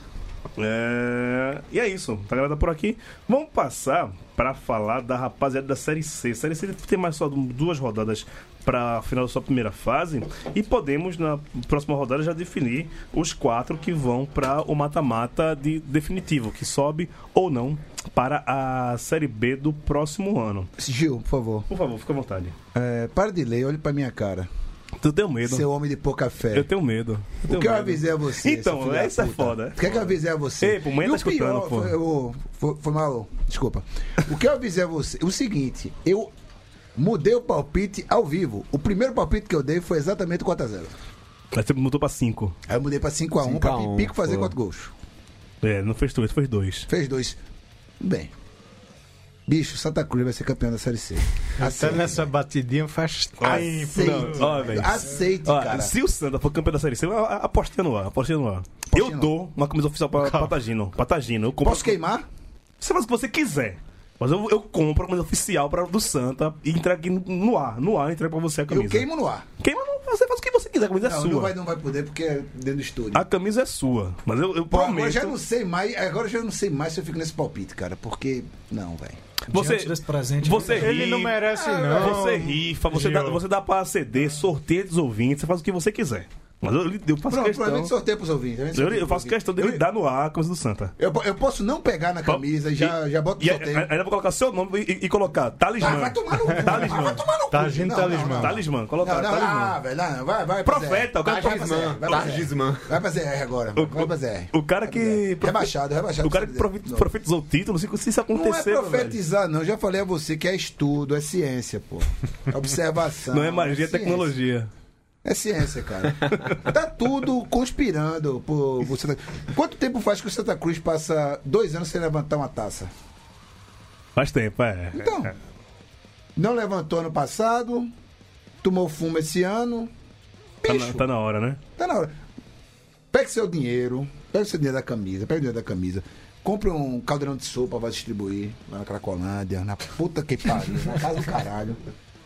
[SPEAKER 1] É, E é isso, tá galera por aqui. Vamos passar pra falar da rapaziada da Série C. Série C tem mais só duas rodadas pra final da sua primeira fase e podemos na próxima rodada já definir os quatro que vão pra o mata-mata de definitivo, que sobe ou não para a Série B do próximo ano.
[SPEAKER 3] Gil, por favor.
[SPEAKER 1] Por favor, fica à vontade.
[SPEAKER 3] É, para de ler, olhe pra minha cara.
[SPEAKER 1] Tu tenho medo.
[SPEAKER 3] Seu homem de pouca fé.
[SPEAKER 1] Eu tenho medo.
[SPEAKER 3] O
[SPEAKER 1] tenho
[SPEAKER 3] que eu
[SPEAKER 1] medo.
[SPEAKER 3] avisei a você?
[SPEAKER 1] Então,
[SPEAKER 3] seu filho da
[SPEAKER 1] essa é
[SPEAKER 3] puta?
[SPEAKER 1] foda.
[SPEAKER 3] O que, é que eu avisei a você?
[SPEAKER 1] Ei, pô, mãe
[SPEAKER 3] E
[SPEAKER 1] tá
[SPEAKER 3] o pior
[SPEAKER 1] escutando, pô.
[SPEAKER 3] Foi, ô, foi, foi mal, desculpa. O que eu avisei a você? O seguinte, eu mudei o palpite ao vivo. O primeiro palpite que eu dei foi exatamente 4x0.
[SPEAKER 1] Aí você mudou pra cinco.
[SPEAKER 3] Aí eu mudei pra 5x1 pra
[SPEAKER 4] 5x1,
[SPEAKER 3] Pipico fazer
[SPEAKER 4] pô.
[SPEAKER 3] 4 gols.
[SPEAKER 1] É, não fez três, fez dois.
[SPEAKER 3] Fez dois. Bem. Bicho, Santa Cruz vai ser campeão da Série C.
[SPEAKER 7] Até
[SPEAKER 3] Aceite.
[SPEAKER 7] Tá nessa batidinha faz.
[SPEAKER 1] Tá
[SPEAKER 3] Ah,
[SPEAKER 1] Aí,
[SPEAKER 3] Aceite.
[SPEAKER 1] não, ó, velho.
[SPEAKER 3] Ah, Aceite,
[SPEAKER 1] Ó,
[SPEAKER 3] cara.
[SPEAKER 1] se o Santa for campeão da Série C, eu a- apostinha no ar, apostinha no ar.
[SPEAKER 3] Apostinha
[SPEAKER 1] eu
[SPEAKER 3] no
[SPEAKER 1] dou uma camisa oficial pra
[SPEAKER 7] Calma.
[SPEAKER 1] Patagino. Patagino, eu compro.
[SPEAKER 3] Posso queimar?
[SPEAKER 1] Você faz o que você quiser. Mas eu, eu compro a camisa oficial pra, do Santa e entrego aqui no- no ar. No ar, eu entrego pra você a camisa.
[SPEAKER 3] Eu queimo no ar.
[SPEAKER 1] Queima, não, você faz o que você quiser, a camisa é
[SPEAKER 3] não,
[SPEAKER 1] sua.
[SPEAKER 3] não vai, não vai poder porque é dentro do estúdio.
[SPEAKER 1] A camisa é sua. Mas eu, eu
[SPEAKER 3] Pô,
[SPEAKER 1] prometo.
[SPEAKER 3] agora eu já não sei mais, agora eu já não sei mais se eu fico nesse palpite, cara, porque não, velho.
[SPEAKER 1] Você,
[SPEAKER 5] Diante desse presente,
[SPEAKER 1] você
[SPEAKER 7] Ele
[SPEAKER 1] ri,
[SPEAKER 7] não merece, não.
[SPEAKER 1] Você rifa, você dá,
[SPEAKER 7] Gil.
[SPEAKER 1] você dá pra CD, sorteio dos ouvintes, você faz o que você quiser. Mas eu, eu faço
[SPEAKER 3] Pronto,
[SPEAKER 1] questão.
[SPEAKER 3] provavelmente sorteio pros ouvintes. provavelmente
[SPEAKER 1] Eu,
[SPEAKER 3] sorteio
[SPEAKER 1] eu
[SPEAKER 3] pros
[SPEAKER 1] faço
[SPEAKER 3] ouvintes.
[SPEAKER 1] questão dele dar no ar a camisa do Santa.
[SPEAKER 3] Eu, eu, posso não pegar na camisa e já, já boto no
[SPEAKER 1] e,
[SPEAKER 3] sorteio.
[SPEAKER 1] a- Ainda vou colocar seu nome e, e colocar talismã.
[SPEAKER 3] Ah, vai tomar no cu.
[SPEAKER 1] Talismã.
[SPEAKER 3] Vai tomar no cu.
[SPEAKER 7] Talismã,
[SPEAKER 3] Não, não,
[SPEAKER 7] talismã.
[SPEAKER 3] não.
[SPEAKER 1] Talismã,
[SPEAKER 3] Não,
[SPEAKER 1] colocar
[SPEAKER 3] não,
[SPEAKER 1] talismã.
[SPEAKER 3] ah, velho, não, vai, vai. pra
[SPEAKER 1] Profeta,
[SPEAKER 3] Zé.
[SPEAKER 1] o cara
[SPEAKER 3] Vai pra Zé, vai pra Zé.
[SPEAKER 4] Talismã.
[SPEAKER 3] Vai pra Zé, é agora. Vai pra Zé.
[SPEAKER 1] O cara que. profe-
[SPEAKER 3] Rebaixado, rebaixado.
[SPEAKER 1] O cara que profe-
[SPEAKER 3] Não.
[SPEAKER 1] profetizou o título, se se isso
[SPEAKER 3] Não é
[SPEAKER 1] acontecer. meu velho.
[SPEAKER 3] profetizar, não. Eu já falei a você que é estudo, é ciência, pô. É Observação.
[SPEAKER 1] Não é magia, é
[SPEAKER 3] ciência.
[SPEAKER 1] tecnologia.
[SPEAKER 3] É ciência, cara. tá tudo conspirando por, por Santa Quanto tempo faz que o Santa Cruz passa dois anos sem levantar uma taça?
[SPEAKER 1] Faz tempo, é.
[SPEAKER 3] Então. Não levantou ano passado, tomou fumo esse ano.
[SPEAKER 1] Tá
[SPEAKER 3] Bicho,
[SPEAKER 1] na, tá na hora, né?
[SPEAKER 3] Tá na hora. Pegue seu dinheiro, pegue seu dinheiro da camisa, pegue o dinheiro da camisa. Compre um caldeirão de sopa pra distribuir lá na Cracolândia, na puta que pariu, na casa do caralho.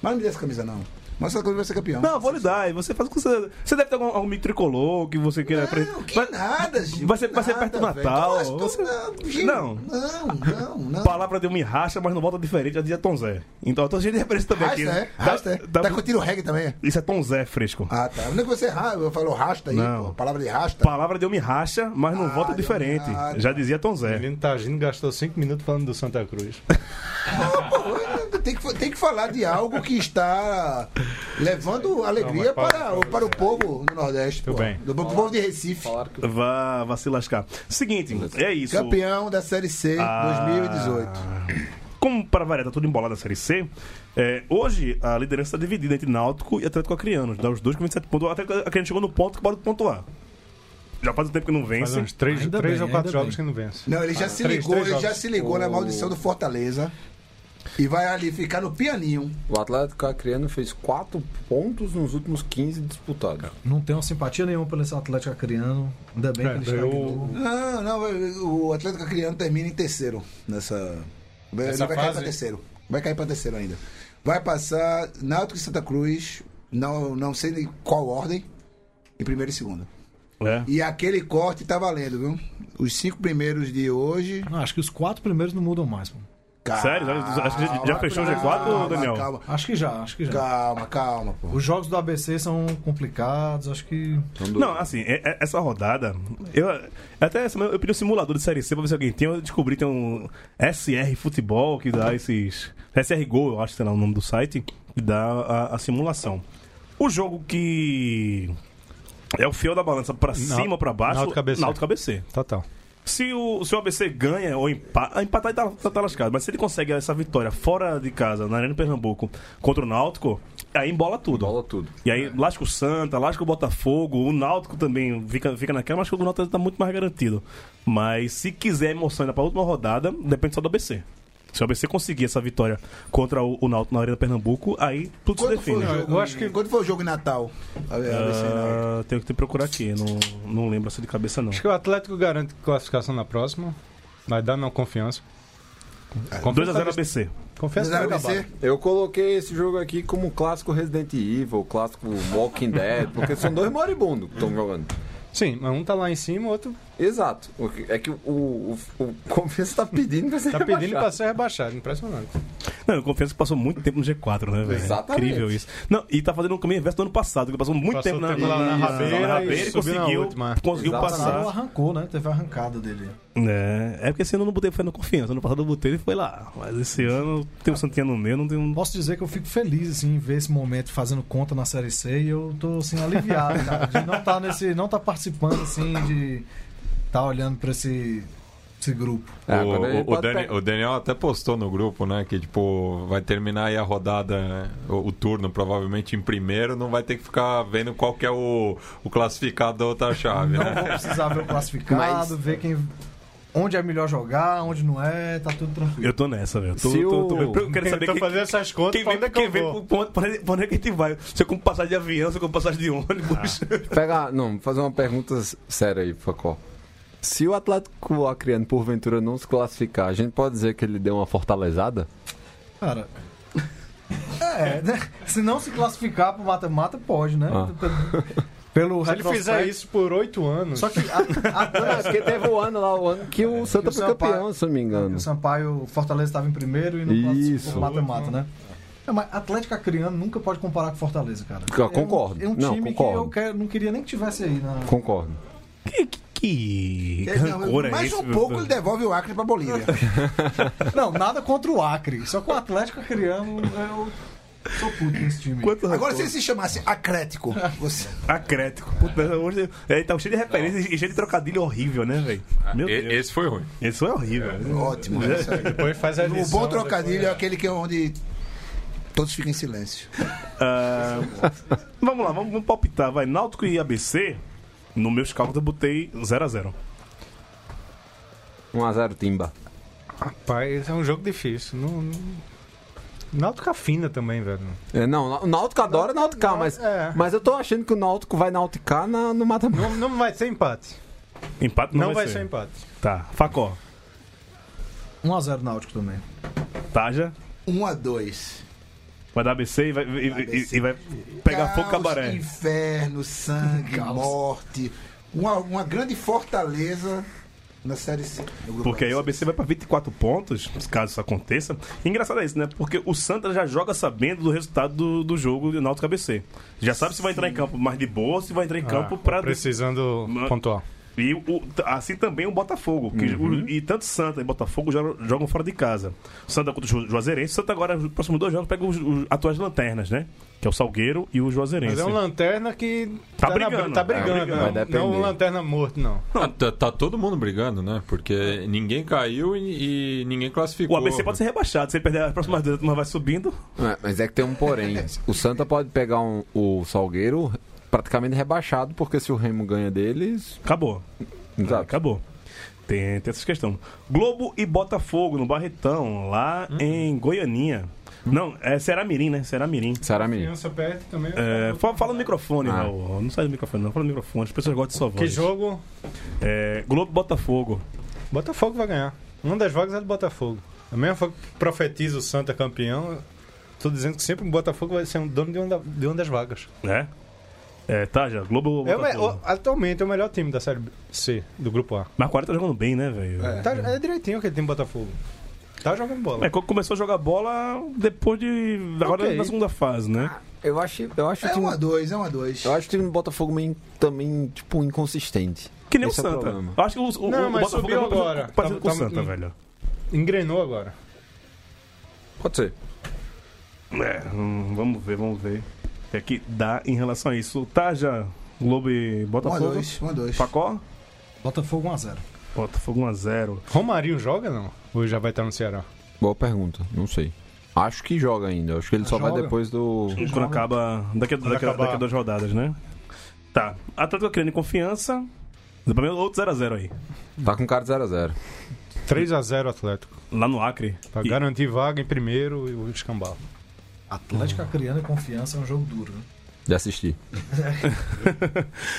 [SPEAKER 3] Mas não me dê essa camisa, não. Mas essa camisa vai ser campeão.
[SPEAKER 1] Não, vou lhe dar. E você faz o que você. Você deve ter algum, algum mico tricolor que você queira.
[SPEAKER 3] Não, que
[SPEAKER 1] né? Mas-
[SPEAKER 3] nada, Gil.
[SPEAKER 1] vai ser-
[SPEAKER 3] que
[SPEAKER 1] vai ser
[SPEAKER 3] nada,
[SPEAKER 1] perto do
[SPEAKER 3] velho. Então, assim,
[SPEAKER 1] Natal,
[SPEAKER 3] Não, mas tu-
[SPEAKER 1] você-
[SPEAKER 3] Gil,
[SPEAKER 1] Não.
[SPEAKER 3] Não, não, não.
[SPEAKER 1] Palavra de um me racha, mas não volta diferente, a de é Tom Zé. Então eu tô cheio de referência também
[SPEAKER 3] Rasta,
[SPEAKER 1] aqui.
[SPEAKER 3] é?
[SPEAKER 1] né?
[SPEAKER 3] Rasta, é?
[SPEAKER 1] Tá-
[SPEAKER 3] Tá,
[SPEAKER 1] tá-
[SPEAKER 3] curtindo o reggae também?
[SPEAKER 1] Isso é Tom Zé fresco.
[SPEAKER 3] Ah, tá. Não é que você ra- eu falo rasta aí,
[SPEAKER 1] Não.
[SPEAKER 3] pô. Palavra de rasta.
[SPEAKER 1] Palavra de um me racha, mas não
[SPEAKER 3] Ah,
[SPEAKER 1] volta
[SPEAKER 3] deu um
[SPEAKER 1] diferente.
[SPEAKER 3] racha.
[SPEAKER 1] Já dizia Tom
[SPEAKER 7] O
[SPEAKER 1] Zé.
[SPEAKER 7] menino tá agindo, gastou 5 minutos falando do Santa Cruz.
[SPEAKER 3] Tem que, tem que falar de algo que está levando
[SPEAKER 7] Não,
[SPEAKER 3] alegria
[SPEAKER 7] mas
[SPEAKER 3] para, o- para o povo do Nordeste.
[SPEAKER 7] Tudo
[SPEAKER 3] pô.
[SPEAKER 7] bem.
[SPEAKER 3] Do povo de Recife.
[SPEAKER 1] Vá, vá se lascar. Seguinte, é isso. Ah.
[SPEAKER 3] Campeão da Série C 2018.
[SPEAKER 1] Como para variar, tá tudo embolado na Série C. é, hoje a liderança está dividida entre Náutico e Atlético Acreano. Dá os dois com 27 pontos. O Atlético Acreano chegou no ponto que pode pontuar. Já faz um tempo que não
[SPEAKER 7] Faz
[SPEAKER 1] vence.
[SPEAKER 7] uns 3
[SPEAKER 5] Ainda bem,
[SPEAKER 7] ou
[SPEAKER 5] ainda
[SPEAKER 7] 4 jogos
[SPEAKER 5] bem.
[SPEAKER 7] que não vence.
[SPEAKER 3] Não,
[SPEAKER 1] Ah,
[SPEAKER 3] ele já se
[SPEAKER 7] três-
[SPEAKER 3] ligou,
[SPEAKER 7] três
[SPEAKER 3] ele já
[SPEAKER 7] jogos.
[SPEAKER 3] se ligou na maldição do Fortaleza. E vai ali ficar no pianinho.
[SPEAKER 4] O Atlético Acreano fez 4 pontos nos últimos 15 disputados.
[SPEAKER 5] Não tenho simpatia nenhuma pelo esse Atlético Acreano. Ainda bem
[SPEAKER 7] É,
[SPEAKER 5] que ele
[SPEAKER 7] ganhou-
[SPEAKER 5] estagnou.
[SPEAKER 3] Não, não, o Atlético Acreano termina em terceiro nessa. Vai-
[SPEAKER 7] Nessa
[SPEAKER 3] vai cair
[SPEAKER 7] fase?
[SPEAKER 3] pra terceiro. Vai cair pra terceiro ainda. Vai passar Náutico e Santa Cruz, não, não sei de qual ordem, em primeiro e segundo.
[SPEAKER 1] É.
[SPEAKER 3] E aquele corte tá valendo, viu? Os cinco primeiros de hoje.
[SPEAKER 5] Não, acho que os quatro primeiros não mudam mais. Mano.
[SPEAKER 1] Sério? Já- já- já
[SPEAKER 3] Calma,
[SPEAKER 1] fechou o G4,
[SPEAKER 3] calma,
[SPEAKER 1] Daniel?
[SPEAKER 3] Calma,
[SPEAKER 5] Acho que já, acho que já.
[SPEAKER 3] calma, calma, pô.
[SPEAKER 5] Os jogos do ABC são complicados, acho que.
[SPEAKER 4] Então
[SPEAKER 1] Não, assim, é- é- essa rodada. Eu, até essa, eu pedi um simulador de Série C pra ver se alguém tem. Eu descobri que tem um SR Futebol que dá esses. SR Gol, eu acho que será o nome do site, que dá a, a simulação. O jogo que. É o fiel da balança pra cima ou pra baixo.
[SPEAKER 7] Náutico ABC.
[SPEAKER 1] Náutico ABC.
[SPEAKER 7] Total.
[SPEAKER 1] Se o, se o ABC ganha ou empata, empatar ele tá, tá, tá lascado, mas se ele consegue essa vitória fora de casa, na Arena Pernambuco, contra o Náutico, aí embola tudo.
[SPEAKER 4] Bola tudo.
[SPEAKER 1] E aí, lasca o Santa, lasca o Botafogo, o Náutico também fica, fica naquela, mas acho que o Náutico tá muito mais garantido. Mas se quiser emoção ainda pra última rodada, depende só do ABC. Se o ABC conseguir essa vitória contra o, o Náutico na Arena Pernambuco, aí tudo
[SPEAKER 3] Quando
[SPEAKER 1] se
[SPEAKER 3] foi, o
[SPEAKER 1] define.
[SPEAKER 3] jogo,
[SPEAKER 7] eu acho que-
[SPEAKER 3] quando foi o jogo em Natal? A- a- a-
[SPEAKER 1] Ah, tenho que te procurar aqui, não, não lembro essa de cabeça não.
[SPEAKER 7] né? Acho que o Atlético garante classificação na próxima. Vai dar não confiança. tá
[SPEAKER 1] 2x0 ABC.
[SPEAKER 7] Confesso que
[SPEAKER 3] Apesar
[SPEAKER 7] vai
[SPEAKER 3] de
[SPEAKER 7] acabar.
[SPEAKER 3] ser,
[SPEAKER 4] Eu coloquei esse jogo aqui como um clássico Resident Evil, clássico Walking Dead, porque são dois moribundos que estão jogando.
[SPEAKER 7] Sim, mas um tá lá em cima, o outro
[SPEAKER 4] Exato. O que- É que o, o, o, o Confiança tá pedindo pra ser
[SPEAKER 7] tá pedindo pra
[SPEAKER 4] rebaixado.
[SPEAKER 7] ser rebaixado. Impressionante.
[SPEAKER 1] Não, eu confesso que passou muito tempo no G4, né, velho?
[SPEAKER 4] Exatamente.
[SPEAKER 1] Incrível isso. Não, e tá fazendo um caminho inverso do ano passado, que passou muito
[SPEAKER 7] Passou
[SPEAKER 1] tempo,
[SPEAKER 7] tempo
[SPEAKER 1] na,
[SPEAKER 7] lá na rabeira
[SPEAKER 1] na
[SPEAKER 7] e
[SPEAKER 1] rabeira e
[SPEAKER 7] subiu na
[SPEAKER 1] conseguiu,
[SPEAKER 7] última.
[SPEAKER 1] conseguiu
[SPEAKER 4] Exatamente.
[SPEAKER 5] Bolsonaro
[SPEAKER 1] passar.
[SPEAKER 5] arrancou, né? Teve a arrancada dele.
[SPEAKER 1] É, é porque esse ano eu não botei foi na confiança. Ano passado eu botei e foi lá. Mas esse ano tem um santinha no meio, não tem um.
[SPEAKER 5] Posso dizer que eu fico feliz, assim, em ver esse momento fazendo conta na Série C e eu tô, assim, aliviado, cara, de não tá nesse... não tá participando, assim, de tá olhando pra esse, esse grupo.
[SPEAKER 4] É,
[SPEAKER 6] o,
[SPEAKER 4] agora ele
[SPEAKER 6] o- o
[SPEAKER 4] pode
[SPEAKER 6] Dani-
[SPEAKER 4] pegar.
[SPEAKER 6] o Daniel até postou no grupo, né? Que tipo, vai terminar aí a rodada, né, o, o turno, provavelmente em primeiro, não vai ter que ficar vendo qual que é o, o classificado da outra chave,
[SPEAKER 5] Não vou
[SPEAKER 6] né?
[SPEAKER 5] precisar ver o classificado,
[SPEAKER 4] É. Mas-
[SPEAKER 5] ver quem... Onde é melhor jogar, onde não é, tá tudo tranquilo.
[SPEAKER 1] Eu tô nessa, velho. Eu Tô,
[SPEAKER 4] Se
[SPEAKER 1] tô-
[SPEAKER 4] o-
[SPEAKER 1] tô- eu quero saber
[SPEAKER 7] Então
[SPEAKER 1] quem,
[SPEAKER 7] fazer essas contas
[SPEAKER 1] quem
[SPEAKER 7] pra
[SPEAKER 1] vem,
[SPEAKER 7] onde é que
[SPEAKER 1] quem
[SPEAKER 7] eu
[SPEAKER 1] vem
[SPEAKER 7] vou.
[SPEAKER 1] pro ponto, pra onde, pra onde é que a gente vai? Se eu com passagem de avião, se eu com passagem de ônibus.
[SPEAKER 4] Pega- não, vou fazer uma pergunta s- séria aí, Facó. Se o Atlético Acreano, porventura, não se classificar, a gente pode dizer que ele deu uma fortalezada?
[SPEAKER 5] Cara. É, né? Se não se classificar pro mata-mata, pode, né?
[SPEAKER 4] Ah.
[SPEAKER 5] Pelo- Pelo
[SPEAKER 7] Se ele fizer
[SPEAKER 5] retrospecto.
[SPEAKER 7] isso por oito anos.
[SPEAKER 5] Só que a- a-
[SPEAKER 4] Não, é porque teve o ano lá, o ano que o Santa
[SPEAKER 5] que o
[SPEAKER 4] foi
[SPEAKER 5] Sampaio-
[SPEAKER 4] campeão, se não me engano.
[SPEAKER 5] o Sampaio, o Fortaleza estava em primeiro e não
[SPEAKER 4] Isso.
[SPEAKER 5] classificou pro mata-mata, né? Não, mas Atlético Acreano nunca pode comparar com Fortaleza, cara.
[SPEAKER 4] Eu concordo.
[SPEAKER 5] É um, é um
[SPEAKER 4] Não,
[SPEAKER 5] time
[SPEAKER 4] concordo.
[SPEAKER 5] que eu quero- não queria nem que tivesse aí. Na...
[SPEAKER 4] Concordo.
[SPEAKER 1] que, que, que
[SPEAKER 3] é, não,
[SPEAKER 1] rancor é
[SPEAKER 3] mais
[SPEAKER 1] esse?
[SPEAKER 3] um pouco ele devolve o Acre pra Bolívia.
[SPEAKER 5] Não, nada contra o Acre. Só que o Atlético Acreano, eu sou puto nesse time.
[SPEAKER 1] Quanto
[SPEAKER 3] Agora, se ele se chamasse Acrético, você.
[SPEAKER 1] Acrético. Puta, hoje é, tá cheio de referência e cheio de trocadilho horrível, né, velho? Meu
[SPEAKER 6] E-
[SPEAKER 1] Deus.
[SPEAKER 6] Esse foi ruim.
[SPEAKER 1] Isso é horrível.
[SPEAKER 3] Ótimo. né? Isso aí.
[SPEAKER 7] Depois faz a
[SPEAKER 3] O
[SPEAKER 7] lição.
[SPEAKER 3] bom trocadilho é aquele que é onde todos ficam em silêncio.
[SPEAKER 1] Ah, vamos lá, vamos, vamos palpitar. Vai, Náutico e ABC. No meus cálculos eu botei 0x0.
[SPEAKER 4] 1x0 Timba.
[SPEAKER 7] Rapaz, é um jogo difícil. Não, não... Náutico afina também, velho.
[SPEAKER 4] É, não, o Náutico adora Nauticar, mas,
[SPEAKER 7] é.
[SPEAKER 4] mas eu tô achando que o Náutico vai Nauticar na, no mata-mata.
[SPEAKER 7] Não, não vai ser empate.
[SPEAKER 1] Empate
[SPEAKER 7] Não,
[SPEAKER 1] não,
[SPEAKER 7] vai ser. empate.
[SPEAKER 1] Tá, Facó.
[SPEAKER 5] 1x0 Náutico também.
[SPEAKER 1] Taja.
[SPEAKER 3] 1 a 2
[SPEAKER 1] Vai dar ABC e vai, e- e-
[SPEAKER 3] ABC.
[SPEAKER 1] e vai pegar fogo
[SPEAKER 3] Caos,
[SPEAKER 1] cabaré.
[SPEAKER 3] Inferno, sangue, morte. Uma, uma grande fortaleza na série C. no grupo
[SPEAKER 1] Porque aí o ABC
[SPEAKER 3] ABC.
[SPEAKER 1] vai pra 24 pontos, caso isso aconteça. E engraçado é isso, né? Porque o Santa já joga sabendo do resultado do, do jogo do Náutico e ABC. Já sabe se vai entrar em campo mais de boa, ou se vai entrar em campo
[SPEAKER 7] Ah,
[SPEAKER 1] pra
[SPEAKER 7] Precisando
[SPEAKER 1] Ma-
[SPEAKER 7] pontuar.
[SPEAKER 1] E o- t- assim também o Botafogo. Que, o- e tanto Santa e Botafogo jogam, jogam fora de casa. Santa contra o Ju- Juazeirense. Santa agora, nos próximos dois jogos, pega os, os atuais lanternas, né? Que é o Salgueiro e o Juazeirense.
[SPEAKER 7] Mas é um lanterna que.
[SPEAKER 1] Tá
[SPEAKER 7] na-
[SPEAKER 1] brigando.
[SPEAKER 7] tá brigando.
[SPEAKER 4] É, brigando. Vai
[SPEAKER 7] não,
[SPEAKER 4] depender.
[SPEAKER 7] não um lanterna morto, não.
[SPEAKER 6] Ah, tá, tá todo mundo brigando, né? Porque ninguém caiu e, e ninguém
[SPEAKER 1] O
[SPEAKER 6] classificou.
[SPEAKER 1] ABC pode ser rebaixado. Se ele perder as próximas duas, a turma vai subindo.
[SPEAKER 4] É, mas é que tem um porém. O Santa pode pegar um- o Salgueiro praticamente rebaixado, porque se o Remo ganha deles.
[SPEAKER 1] Acabou.
[SPEAKER 4] Exato.
[SPEAKER 1] É, Acabou. Tem, tem essa questão. Globo e Botafogo no Barretão, lá
[SPEAKER 7] Hum.
[SPEAKER 1] em Goianinha. Não, é Será Mirim, né? Será Mirim.
[SPEAKER 4] Será, menino?
[SPEAKER 7] Criança perde também.
[SPEAKER 1] É, fala, fala no microfone,
[SPEAKER 4] Ah.
[SPEAKER 1] Raul. Não sai do microfone, não. Fala no microfone. As pessoas gostam de sua voz.
[SPEAKER 7] Que jogo?
[SPEAKER 1] É, Globo e Botafogo.
[SPEAKER 7] Botafogo vai ganhar. Um das vagas é do Botafogo. A mesma vaga que profetiza o Santa campeão. Tô dizendo que sempre o Botafogo vai ser um dono de uma, da- de uma das vagas.
[SPEAKER 1] É? É, tá, já. Globo ou
[SPEAKER 7] É o me-
[SPEAKER 1] Botafogo?
[SPEAKER 7] o- atualmente é o melhor time da Série B- C, do Grupo A.
[SPEAKER 1] Mas 40 tá jogando bem, né, velho? É.
[SPEAKER 7] Tá, é direitinho aquele time do Botafogo. Tá jogando bola.
[SPEAKER 1] quando começou a jogar bola depois de. Agora
[SPEAKER 7] Ok.
[SPEAKER 1] na segunda fase, né?
[SPEAKER 4] Eu acho, eu acho o
[SPEAKER 3] É 1 a
[SPEAKER 4] time.
[SPEAKER 3] 2 é 1 a 2
[SPEAKER 1] Tá
[SPEAKER 4] Eu acho o time do Botafogo meio, também, tipo, inconsistente.
[SPEAKER 1] Que nem
[SPEAKER 4] Esse
[SPEAKER 1] o
[SPEAKER 4] é o
[SPEAKER 1] Santa.
[SPEAKER 4] problema.
[SPEAKER 1] Eu acho que o, o,
[SPEAKER 7] Não,
[SPEAKER 1] o
[SPEAKER 7] mas
[SPEAKER 1] Botafogo
[SPEAKER 7] subiu
[SPEAKER 1] é parecido-
[SPEAKER 7] agora.
[SPEAKER 1] Parecido
[SPEAKER 7] Tava-
[SPEAKER 1] com o
[SPEAKER 7] tava-
[SPEAKER 1] Santa,
[SPEAKER 7] hum.
[SPEAKER 1] velho.
[SPEAKER 7] Engrenou agora.
[SPEAKER 4] Pode ser.
[SPEAKER 1] É, hum, vamos ver, vamos ver. O que é que dá em relação a isso? Tá, já. Globo e
[SPEAKER 3] 1 a
[SPEAKER 1] Botafogo.
[SPEAKER 3] 2 1 a 2
[SPEAKER 1] Pacó?
[SPEAKER 5] Botafogo 1x0.
[SPEAKER 1] Botafogo 1x0.
[SPEAKER 7] Romarinho joga não? Ou já vai estar no Ceará?
[SPEAKER 4] Boa pergunta, não sei. Acho que joga ainda. Acho que ele só vai
[SPEAKER 7] Joga?
[SPEAKER 4] depois do.
[SPEAKER 1] Quando acaba. Daqui a, daqui, a-
[SPEAKER 7] acabar.
[SPEAKER 1] daqui a duas rodadas, né? Tá. Atlético Criando em confiança. Pra mim, outro 0x0 aí.
[SPEAKER 4] Tá com cara de 0x0.
[SPEAKER 7] 3x0 Atlético.
[SPEAKER 1] Lá no Acre.
[SPEAKER 7] Pra
[SPEAKER 1] E-
[SPEAKER 7] garantir vaga em primeiro e o escambau.
[SPEAKER 5] Atlético Acreano e Confiança é um jogo duro, né?
[SPEAKER 4] De assistir.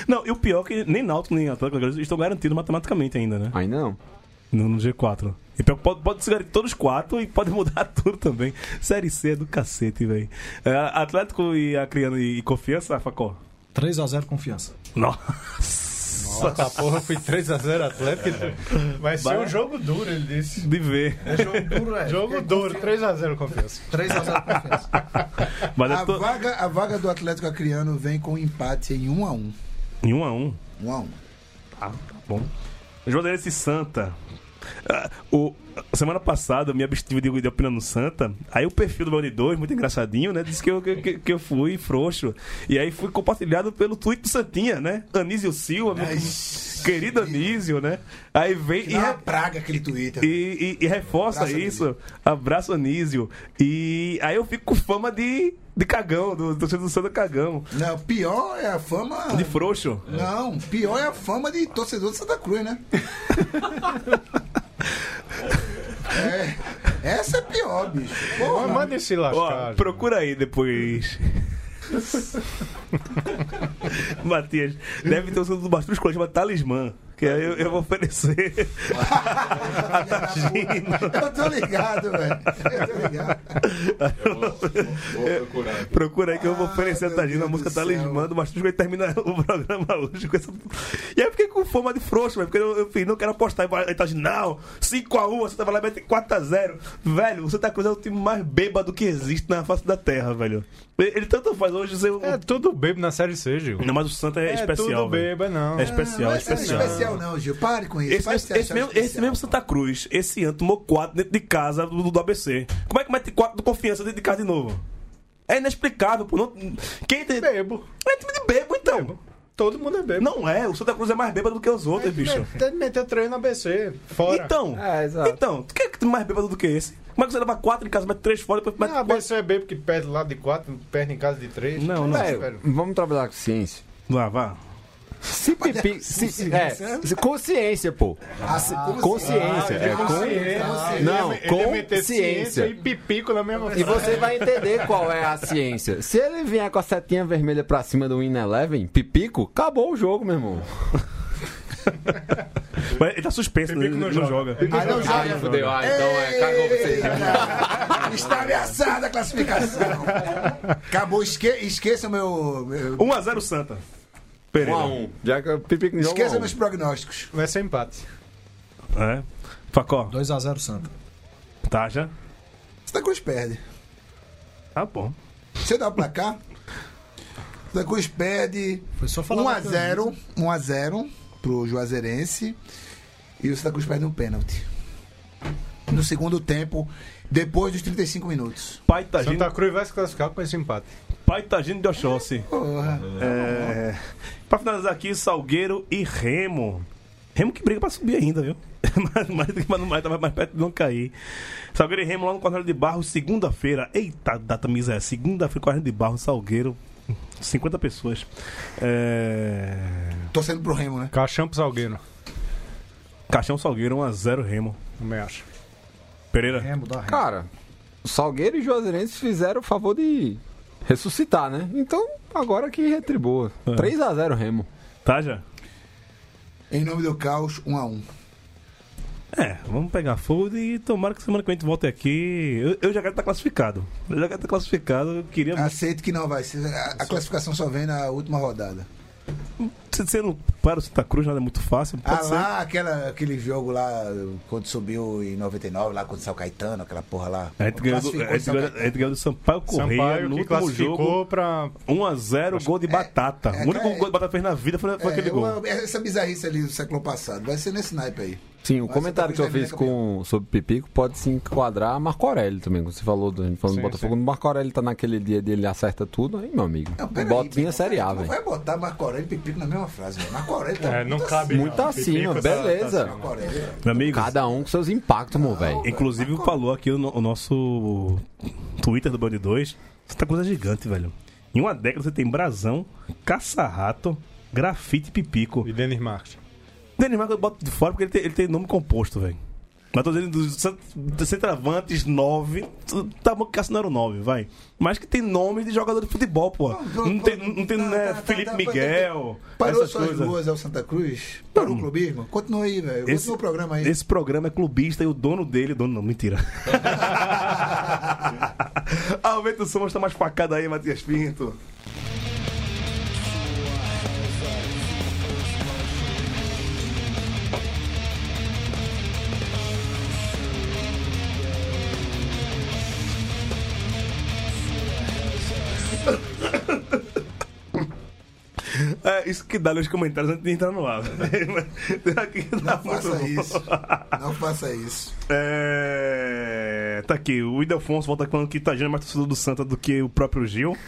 [SPEAKER 1] Não, e o pior é que nem Náutico nem Atlético Mineiro estão garantidos matematicamente ainda, né?
[SPEAKER 4] Ainda não.
[SPEAKER 1] No, no G4. E pior que pode, pode segurar todos os quatro e pode mudar tudo também. Série C é do cacete, velho. É, Atlético e Acriano e, e Confiança, Facó?
[SPEAKER 5] 3x0 confiança.
[SPEAKER 1] Nossa.
[SPEAKER 7] Essa porra foi 3x0 Atlético. Vai ser um jogo duro, ele disse.
[SPEAKER 1] De ver.
[SPEAKER 5] Jogo duro, é.
[SPEAKER 7] Jogo duro, 3x0 confiança.
[SPEAKER 5] 3x0 confiança.
[SPEAKER 1] Mas
[SPEAKER 3] A
[SPEAKER 1] eu tô...
[SPEAKER 3] vaga, a vaga do Atlético Acreano vem com um empate em 1 a 1
[SPEAKER 1] Em um a um.
[SPEAKER 3] 1 a 1
[SPEAKER 1] Ah, tá bom. Juazeirense e Santa. Ah, o, semana passada eu me abstive de, de opinar no Santa. Aí o perfil do Bande 2, muito engraçadinho, né? Disse que eu, que, que- que eu fui frouxo. E aí fui compartilhado pelo tweet do Santinha, né? Anísio Silva, meu querido Anísio, né? Aí vem e,
[SPEAKER 3] É uma
[SPEAKER 1] re-
[SPEAKER 3] praga aquele Twitter.
[SPEAKER 1] e, e- e reforça
[SPEAKER 3] Abraço,
[SPEAKER 1] isso. Abraço, Anísio. E aí eu fico com fama de, de cagão, do torcedor do Santa cagão.
[SPEAKER 3] Não, pior é a fama.
[SPEAKER 1] De frouxo.
[SPEAKER 3] Não, pior é a fama de torcedor de Santa Cruz, né? É, essa é pior, bicho. Porra,
[SPEAKER 7] Manda esse
[SPEAKER 1] Ó,
[SPEAKER 7] lascar.
[SPEAKER 1] procura aí depois. Matias, deve ter o som do Bastos Colégio, chama Talismã. Que aí eu, eu vou oferecer. a Tagino.
[SPEAKER 3] eu tô ligado, velho. Eu tô ligado.
[SPEAKER 1] Procura aí que eu vou oferecer
[SPEAKER 3] Ah,
[SPEAKER 1] a
[SPEAKER 3] meu
[SPEAKER 1] Tagina, a
[SPEAKER 3] Deus
[SPEAKER 1] música
[SPEAKER 3] do
[SPEAKER 1] Talismã
[SPEAKER 3] céu.
[SPEAKER 1] do Bastos Colégio e termina o programa hoje com essa. E aí eu fiquei com fama de frouxo, velho, porque eu, eu fiz, não quero apostar. Aí Tagino, não, 5x1, você tava lá e mete 4x0. Velho, o Santa Cruz é o time mais bêbado que existe na face da terra, velho. Ele, ele tanto faz hoje ser um
[SPEAKER 7] É tudo bebo na Série C, Gil.
[SPEAKER 1] Não, mas o Santa é, especial.
[SPEAKER 7] tudo
[SPEAKER 1] velho.
[SPEAKER 7] beba, não.
[SPEAKER 1] É especial, é
[SPEAKER 3] Essa não é
[SPEAKER 1] especial.
[SPEAKER 3] especial, não, Gil. Pare com isso.
[SPEAKER 1] Esse,
[SPEAKER 3] Pare de
[SPEAKER 1] mesmo, esse,
[SPEAKER 3] se achar
[SPEAKER 1] mesmo, esse
[SPEAKER 3] especial.
[SPEAKER 1] mesmo Santa Cruz, esse ano, tomou 4 dentro de casa do, do ABC. Como é que mete 4 do confiança dentro de casa de novo? É inexplicável, pô. Não, quem tem. É
[SPEAKER 7] Bebo.
[SPEAKER 1] time de bebo, então.
[SPEAKER 7] Todo mundo é bebo.
[SPEAKER 1] Não é, o Santa Cruz é mais bêbado do que os outros, bicho.
[SPEAKER 7] Até meteu treino na BC. Fora.
[SPEAKER 1] Então,
[SPEAKER 4] É, exato.
[SPEAKER 1] então, tu quer que tem mais bêbado do que esse? Como é que você leva 4 em casa, mete 3 fora e depois
[SPEAKER 7] Não, a
[SPEAKER 4] Ah,
[SPEAKER 1] mete 4?
[SPEAKER 7] BC é bebo que perde lá de 4, perde em casa de 3.
[SPEAKER 1] Não, não.
[SPEAKER 4] Velho, vamos trabalhar com ciência.
[SPEAKER 1] Vá, vá.
[SPEAKER 4] Se pipi, se, é, se- consciência, pô.
[SPEAKER 3] Ah, se- como se-
[SPEAKER 4] Consciência. é, con-
[SPEAKER 7] é
[SPEAKER 4] Não, consciência.
[SPEAKER 7] e pipico na mesma
[SPEAKER 4] E você vai entender qual é a ciência. Se ele vier com a setinha vermelha pra cima do Win Eleven, pipico, acabou o jogo, meu irmão.
[SPEAKER 1] Mas ele tá suspenso, ele ele não, joga. É.
[SPEAKER 3] Ah, não, já.
[SPEAKER 4] fudeu. Ah, então é, cagou você.
[SPEAKER 3] Eita, É, Está ameaçada a classificação. Acabou, esque, esqueça meu. meu
[SPEAKER 1] 1x0 Santa. Pereira.
[SPEAKER 4] 1x1. Já que o pipico não
[SPEAKER 3] esqueça
[SPEAKER 4] joga.
[SPEAKER 3] meus prognósticos.
[SPEAKER 7] Vai ser empate.
[SPEAKER 1] É. Facó,
[SPEAKER 5] 2x0 Santa.
[SPEAKER 1] tá já?
[SPEAKER 3] Santa Cruz perde.
[SPEAKER 1] Tá bom.
[SPEAKER 3] Você dá o placar? Santa Cruz um perde
[SPEAKER 5] Foi só falar. uma coisa.
[SPEAKER 3] 1x0 1x0 pro Juazeirense. E o Santa Cruz perde um pênalti. No segundo tempo, depois dos 35 minutos.
[SPEAKER 1] Pai Tagino,
[SPEAKER 7] Santa Cruz vai se classificar com esse empate.
[SPEAKER 1] Pai Tagino de Oxóssi.
[SPEAKER 3] Porra.
[SPEAKER 1] É... Pra finalizar aqui, Salgueiro e Remo. Remo que briga pra subir ainda, viu? mas, mas, mas, não- mas tava mais perto de não cair. Salgueiro e Remo lá no Quartel de Barro, segunda-feira. Eita, data miséria. Segunda-feira, Quartel de Barro, Salgueiro. 50 pessoas. É...
[SPEAKER 3] Torcendo pro Remo, né?
[SPEAKER 7] Caixão pro Salgueiro,
[SPEAKER 1] Caixão Salgueiro, 1x0 Remo.
[SPEAKER 7] também acho.
[SPEAKER 1] Pereira.
[SPEAKER 5] Remo, dá Remo.
[SPEAKER 4] Cara, o Salgueiro e o Juazeirense fizeram o favor de ressuscitar, né? Então, agora que retribua. 3x0 Remo.
[SPEAKER 1] Taja?
[SPEAKER 3] Em nome do caos, 1x1.
[SPEAKER 1] É, vamos pegar fogo e tomara que semana que vem a gente volte aqui. Eu, eu já quero estar classificado. Eu já quero estar classificado. Eu queria
[SPEAKER 3] Aceito que não vai. ser. A, a classificação só vem na última rodada.
[SPEAKER 1] Se você não para o Santa Cruz, nada é muito fácil. Pode
[SPEAKER 3] Ah,
[SPEAKER 1] ser.
[SPEAKER 3] lá, aquela, aquele jogo lá, quando subiu em 99, lá contra o São Caetano, aquela porra lá.
[SPEAKER 1] A gente ganhou do,
[SPEAKER 3] Classificou
[SPEAKER 1] a gente
[SPEAKER 3] São
[SPEAKER 1] ganhou- a gente ganhou do Sampaio Correia
[SPEAKER 7] Sampaio
[SPEAKER 1] no
[SPEAKER 7] que
[SPEAKER 1] último
[SPEAKER 7] classificou
[SPEAKER 1] jogo.
[SPEAKER 7] pra.
[SPEAKER 1] 1x0, gol de batata.
[SPEAKER 3] é,
[SPEAKER 1] o único
[SPEAKER 3] é,
[SPEAKER 1] gol de batata fez na vida foi, foi
[SPEAKER 3] É,
[SPEAKER 1] aquele gol.
[SPEAKER 3] uma- essa bizarrice ali do século passado. Vai ser nesse naipe aí.
[SPEAKER 4] Sim, o
[SPEAKER 3] Mas tá
[SPEAKER 4] comentário que eu
[SPEAKER 3] Santa Cruz
[SPEAKER 4] fiz
[SPEAKER 3] termina
[SPEAKER 4] com, sobre Pipico pode se enquadrar a Marco Aurélio também, quando você falou do, a gente falando do
[SPEAKER 7] Sim,
[SPEAKER 4] Botafogo.
[SPEAKER 7] sim.
[SPEAKER 4] Quando o Marco Aurélio tá naquele dia dele, ele acerta tudo, aí, meu amigo.
[SPEAKER 3] Não, peraí,
[SPEAKER 4] Botinha
[SPEAKER 3] meu,
[SPEAKER 4] Série A,
[SPEAKER 3] tu
[SPEAKER 4] velho.
[SPEAKER 3] Vai botar Marco Aurélio e Pipico na mesma frase, velho. Marco Aurélio tá
[SPEAKER 7] É, não
[SPEAKER 3] muito
[SPEAKER 7] cabe.
[SPEAKER 4] Muito
[SPEAKER 7] não. Pipico
[SPEAKER 4] acima,
[SPEAKER 7] tá-
[SPEAKER 4] beleza.
[SPEAKER 3] Marco Aurélio.
[SPEAKER 1] Meu amigo,
[SPEAKER 4] Cada um com seus impactos, meu
[SPEAKER 3] um,
[SPEAKER 4] velho.
[SPEAKER 1] inclusive falou aqui o, no- o nosso Twitter do Band 2. Santa Cruz é gigante, velho. Em uma década você tem Brasão, Caça-Rato, Grafite e Pipico.
[SPEAKER 7] E Denis Marques.
[SPEAKER 1] é Denis Marcos eu boto de fora porque ele tem, ele tem nome composto, velho. Mas tô dizendo dos cent- dos centroavantes, nove. Tá bom que Cássio não era o nove, vai. Mas que tem nome de jogador de futebol, pô.
[SPEAKER 3] tô-
[SPEAKER 1] Não tem, não tem
[SPEAKER 3] tá,
[SPEAKER 1] né,
[SPEAKER 3] tá, tá,
[SPEAKER 1] Felipe
[SPEAKER 3] tá,
[SPEAKER 1] Miguel.
[SPEAKER 3] Parou
[SPEAKER 1] essas
[SPEAKER 3] suas
[SPEAKER 1] coisas.
[SPEAKER 3] ruas ao Santa Cruz?
[SPEAKER 4] Hum.
[SPEAKER 3] Parou o clubismo? Continua aí, velho.
[SPEAKER 1] Esse-
[SPEAKER 3] Continua o programa aí.
[SPEAKER 1] Esse programa é clubista e o dono dele. Dono não, mentira. Aumenta Ah, o som, está mais facada aí, Matias Pinto. É, isso que dá ler os comentários antes de entrar no ar. Aqui dá
[SPEAKER 3] Não faça
[SPEAKER 1] muito-
[SPEAKER 3] isso. Não faça isso.
[SPEAKER 1] É... Tá aqui, o Idelfonso volta falando que Tajano é mais torcedor do Santa do que o próprio Gil.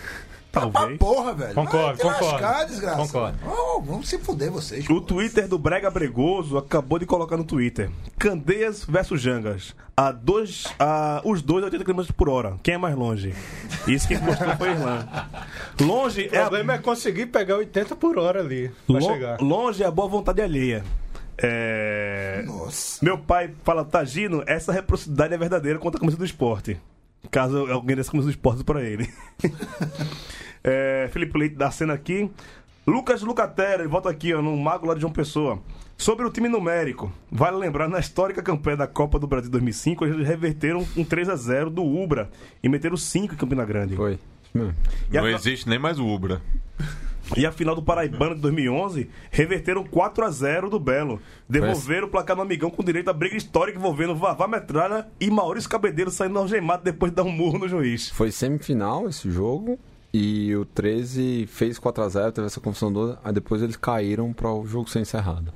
[SPEAKER 1] Talvez.
[SPEAKER 7] Tá
[SPEAKER 3] Porra, velho.
[SPEAKER 7] Concordo,
[SPEAKER 3] Vai te
[SPEAKER 7] concordo.
[SPEAKER 3] Lascar, desgraça.
[SPEAKER 7] Concordo.
[SPEAKER 3] Oh, vamos se fuder vocês.
[SPEAKER 1] O Twitter do Brega Bregoso acabou de colocar no Twitter. Candeias versus Jangas. A dois, a, os dois a 80 km por hora. Quem é mais longe? Isso quem postou foi a Irlanda. Longe
[SPEAKER 7] O
[SPEAKER 1] é a
[SPEAKER 7] problema é conseguir pegar 80 por hora ali pra
[SPEAKER 1] Lon-
[SPEAKER 7] chegar.
[SPEAKER 1] longe é a boa vontade alheia. É...
[SPEAKER 3] Nossa.
[SPEAKER 1] Meu pai fala, Tagino, essa reciprocidade é verdadeira contra a camisa do esporte. Caso alguém desse camisa do esporte pra ele. É, Felipe Leite da cena aqui. Lucas Lucatera, ele volta aqui, ó, no Mago lá de João Pessoa. Sobre o time numérico, vale lembrar, na histórica campanha da Copa do Brasil 2005, eles reverteram um 3 a 0 do Ubra e meteram 5 em Campina Grande.
[SPEAKER 4] Foi. Hum.
[SPEAKER 1] E a,
[SPEAKER 6] Não existe nem mais o Ubra.
[SPEAKER 1] e a final do Paraibano de 2011, reverteram 4 a 0 do Belo. Devolveram o placar no Amigão com direito à briga histórica envolvendo Vavá Metralha e Maurício Cabedelo saindo algemado depois de dar um murro no juiz.
[SPEAKER 4] Foi semifinal esse jogo. E o 13 fez 4x0, teve essa confusão toda. Aí depois eles caíram para o jogo ser encerrado.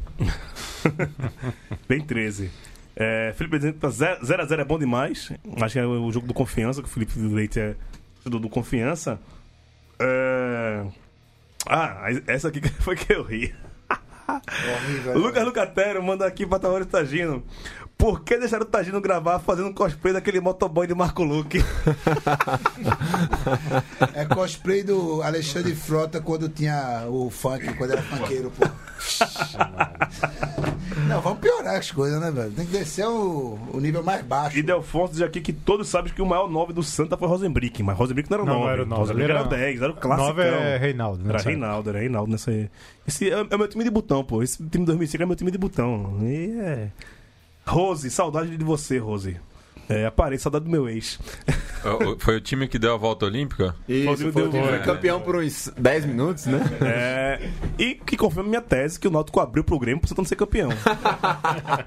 [SPEAKER 1] Bem 13. É, Felipe Leite 0x0 é bom demais. Acho que é o jogo do confiança, que o Felipe Leite é jogador do confiança. É... Ah, essa aqui foi que eu ri.
[SPEAKER 3] É Horrível.
[SPEAKER 1] Lucas Lucatero manda aqui pra Tavares Tagino. Por que deixaram o Tagino gravar fazendo cosplay daquele motoboy de Marco Luque?
[SPEAKER 3] É cosplay do Alexandre Frota quando tinha o funk, quando era funkeiro, pô. Não, vamos piorar as coisas, né, velho? Tem que descer o, o nível mais baixo.
[SPEAKER 1] E Delfonso diz aqui que todos sabem que o maior 9 do Santa foi Rosenbrick, mas Rosenbrick não era o
[SPEAKER 7] Não,
[SPEAKER 1] 9.
[SPEAKER 7] não era o nove,
[SPEAKER 1] Rosenbrick
[SPEAKER 7] ele
[SPEAKER 1] era o
[SPEAKER 7] era-
[SPEAKER 1] 10, era o clássico.
[SPEAKER 7] 9 é Reinaldo, né?
[SPEAKER 1] Era
[SPEAKER 7] sabe?
[SPEAKER 1] Reinaldo, era Reinaldo nessa aí. Esse é, é o meu time de botão, pô. Esse time de 2005 é meu time de botão. E é. Rose, saudade de você, Rose. É, aparei, saudade do meu ex.
[SPEAKER 6] O- o- Foi o time que deu a volta olímpica?
[SPEAKER 1] Isso, foi o time que foi
[SPEAKER 7] né?
[SPEAKER 4] campeão por uns 10 minutos, né?
[SPEAKER 1] É, e que confirma minha tese que o Náutico abriu pro Grêmio pro Santos não ser campeão.